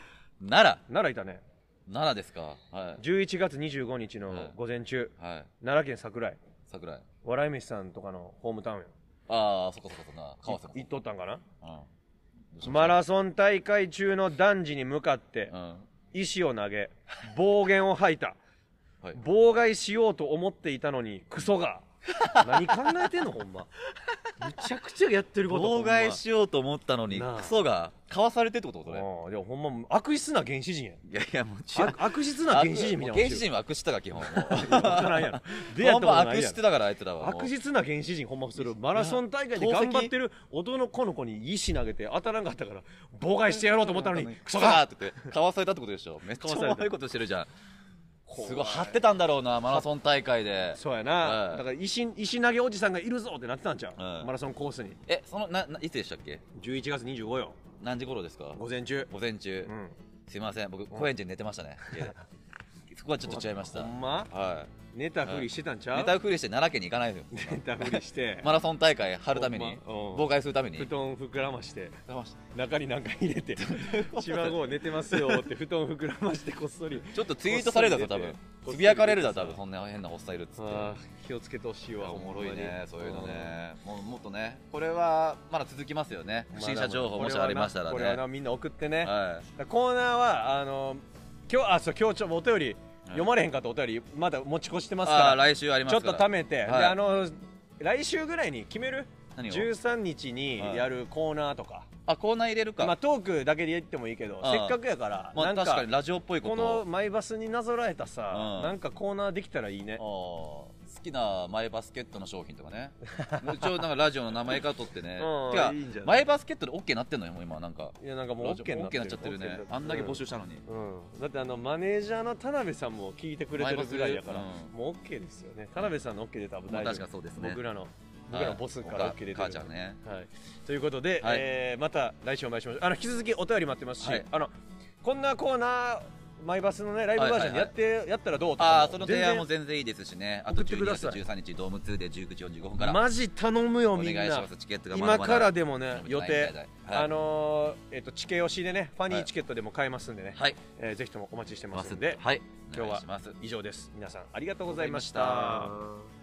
Speaker 2: 奈
Speaker 1: 奈良いたね
Speaker 2: 良奈良ですかはい
Speaker 1: 11月25日
Speaker 2: はい
Speaker 1: の午前中、
Speaker 2: はい
Speaker 1: 奈良県桜井
Speaker 2: 桜井
Speaker 1: 笑い飯さんとかのホームタウンよ
Speaker 2: ああそこそこそこな川瀬
Speaker 1: い行っとったんかな
Speaker 2: うん
Speaker 1: マラソン大会中の男児に向かって
Speaker 2: うんは
Speaker 1: 石を投げ暴言を吐いた
Speaker 2: い
Speaker 1: 妨害しようと思っていたのにクソ が何考えてんのほんまむちゃくちゃやってること
Speaker 2: 妨害しようと思ったのに
Speaker 1: なあ
Speaker 2: クソがかわされてってこと
Speaker 1: ほ
Speaker 2: そ
Speaker 1: んま
Speaker 2: れ
Speaker 1: うんでもほんま悪質な原始人やん
Speaker 2: いやいやもちろん
Speaker 1: 悪悪質な原始人みたいな
Speaker 2: 原始人は悪したが 基本もう
Speaker 1: 人やろ出会った
Speaker 2: ほん
Speaker 1: こと
Speaker 2: ま
Speaker 1: な
Speaker 2: 悪
Speaker 1: いや
Speaker 2: して
Speaker 1: ろ
Speaker 2: たからあいつらはもう
Speaker 1: 悪質な原始人ほんまするマラソン大会で
Speaker 2: 投石
Speaker 1: 頑張ってる男の子に石投げて当たらんかったから妨害してやろうと思ったのに
Speaker 2: ク
Speaker 1: ク
Speaker 2: ソ
Speaker 1: ソ
Speaker 2: が
Speaker 1: が
Speaker 2: って言ってかわされたってことでしょめっち
Speaker 1: かわ
Speaker 2: ゃ
Speaker 1: された
Speaker 2: 悪いことしてるじゃん
Speaker 1: 怖い
Speaker 2: すごい張ってたんだろうなマラソン大会で
Speaker 1: そうやな、
Speaker 2: うん
Speaker 1: だから石石投げおじさんがいるぞってなってたんちゃう、
Speaker 2: うん
Speaker 1: マラソンコースに
Speaker 2: えそのなないつでしたっけ
Speaker 1: 11月25よ
Speaker 2: 何時頃ですか
Speaker 1: 午前中
Speaker 2: 午前中、
Speaker 1: うん
Speaker 2: すいません僕高円寺で寝てましたね家 でそこはちょっと違いました
Speaker 1: ほんま
Speaker 2: は
Speaker 1: 寝たふりしてたんち
Speaker 2: い
Speaker 1: ゃう、
Speaker 2: ネタふりして奈良県に行かないですよ
Speaker 1: 寝たふり して、
Speaker 2: マラソン大会張るために
Speaker 1: ほんまうん
Speaker 2: 妨害するために
Speaker 1: 布団膨らまして
Speaker 2: 騙し
Speaker 1: 中に何か入れ て「芝郷寝てますよ」って布団膨らましてこっそ り
Speaker 2: ちょっとツイートされるだろ多分つぶやかれるだろ多分そんな変なおっさんいるっつって
Speaker 1: あー気をつけてほしいわ
Speaker 2: おもろいね
Speaker 1: ほ
Speaker 2: そ
Speaker 1: ん
Speaker 2: う
Speaker 1: ま
Speaker 2: い
Speaker 1: に
Speaker 2: うのねもうもっとねこれはまだ続きますよね不審者情報もしありましたら
Speaker 1: これは
Speaker 2: ね
Speaker 1: なみんな送ってね、
Speaker 2: は
Speaker 1: コーナーはあの今日あそう今日ちょっとお便り読まれへんかったお便りまだ持ち越して
Speaker 2: い
Speaker 1: ます
Speaker 2: あ
Speaker 1: か
Speaker 2: ー
Speaker 1: ら
Speaker 2: 来週ありま
Speaker 1: ちょ
Speaker 2: す
Speaker 1: っ
Speaker 2: から
Speaker 1: と貯めて、
Speaker 2: はい
Speaker 1: であの来週ぐらいに決める
Speaker 2: 何を
Speaker 1: 13日に
Speaker 2: はい
Speaker 1: やるコーナーとか、
Speaker 2: あコーナー入れるか
Speaker 1: まあ、トークだけで言ってもいいけど
Speaker 2: ああ
Speaker 1: せっかくやから、
Speaker 2: ま
Speaker 1: な
Speaker 2: あ
Speaker 1: んか
Speaker 2: 確かにラジオっぽいこ
Speaker 1: ことのマイバスになぞらえたさ、
Speaker 2: うん
Speaker 1: なんかコーナーできたらいいね
Speaker 2: あー好きなマイバスケットの商品とかね 一応なんかラジオの名前から取ってね
Speaker 1: うん
Speaker 2: てか
Speaker 1: いいんじゃない
Speaker 2: マイバスケットで OK なってんのよもう今なんか
Speaker 1: いやなんかもう
Speaker 2: ラ
Speaker 1: OK
Speaker 2: ジオ
Speaker 1: になって
Speaker 2: OK なっちゃってるねあんだけ募集したのに
Speaker 1: うん、だってあのマネージャーの田辺さんも聞いてくれてるぐらいやから、
Speaker 2: マイバスでう
Speaker 1: もう OK ですよね田辺さんの OK で多分
Speaker 2: まあ
Speaker 1: 大丈夫
Speaker 2: 確かそうですね
Speaker 1: 僕らの僕らのボスから
Speaker 2: は
Speaker 1: OK
Speaker 2: い
Speaker 1: 出てる
Speaker 2: 母ちゃんね
Speaker 1: はい、ということで、
Speaker 2: はい
Speaker 1: えーまた来週お会いしましょうあの引き続きお便り待ってますし、
Speaker 2: はい
Speaker 1: あのこんなコーナーマイバスのねライブバージョンでやって、やったらどうとか
Speaker 2: ああその提案も
Speaker 1: 全
Speaker 2: 全然いいですしねあと
Speaker 1: 送ってく
Speaker 2: 12
Speaker 1: ださ
Speaker 2: 月
Speaker 1: い
Speaker 2: 13日ドーム2で19時45分から
Speaker 1: 然マジ頼むよ
Speaker 2: お願
Speaker 1: み
Speaker 2: い
Speaker 1: ん
Speaker 2: し
Speaker 1: な
Speaker 2: ますチケットがまだ
Speaker 1: 今
Speaker 2: まだ
Speaker 1: からでもね
Speaker 2: 伸びて
Speaker 1: 予
Speaker 2: ない
Speaker 1: 定、
Speaker 2: はい
Speaker 1: あのーえっとチケ押しでねファニ
Speaker 2: は
Speaker 1: ー
Speaker 2: い
Speaker 1: チケットでも買えますんでね、
Speaker 2: はい
Speaker 1: えーぜひともお待ちしてますんで、
Speaker 2: はい
Speaker 1: 今
Speaker 2: お
Speaker 1: 日
Speaker 2: 願い
Speaker 1: は
Speaker 2: します
Speaker 1: 以上です皆さんありがとうございまし
Speaker 2: ありがとうござい
Speaker 1: た
Speaker 2: ました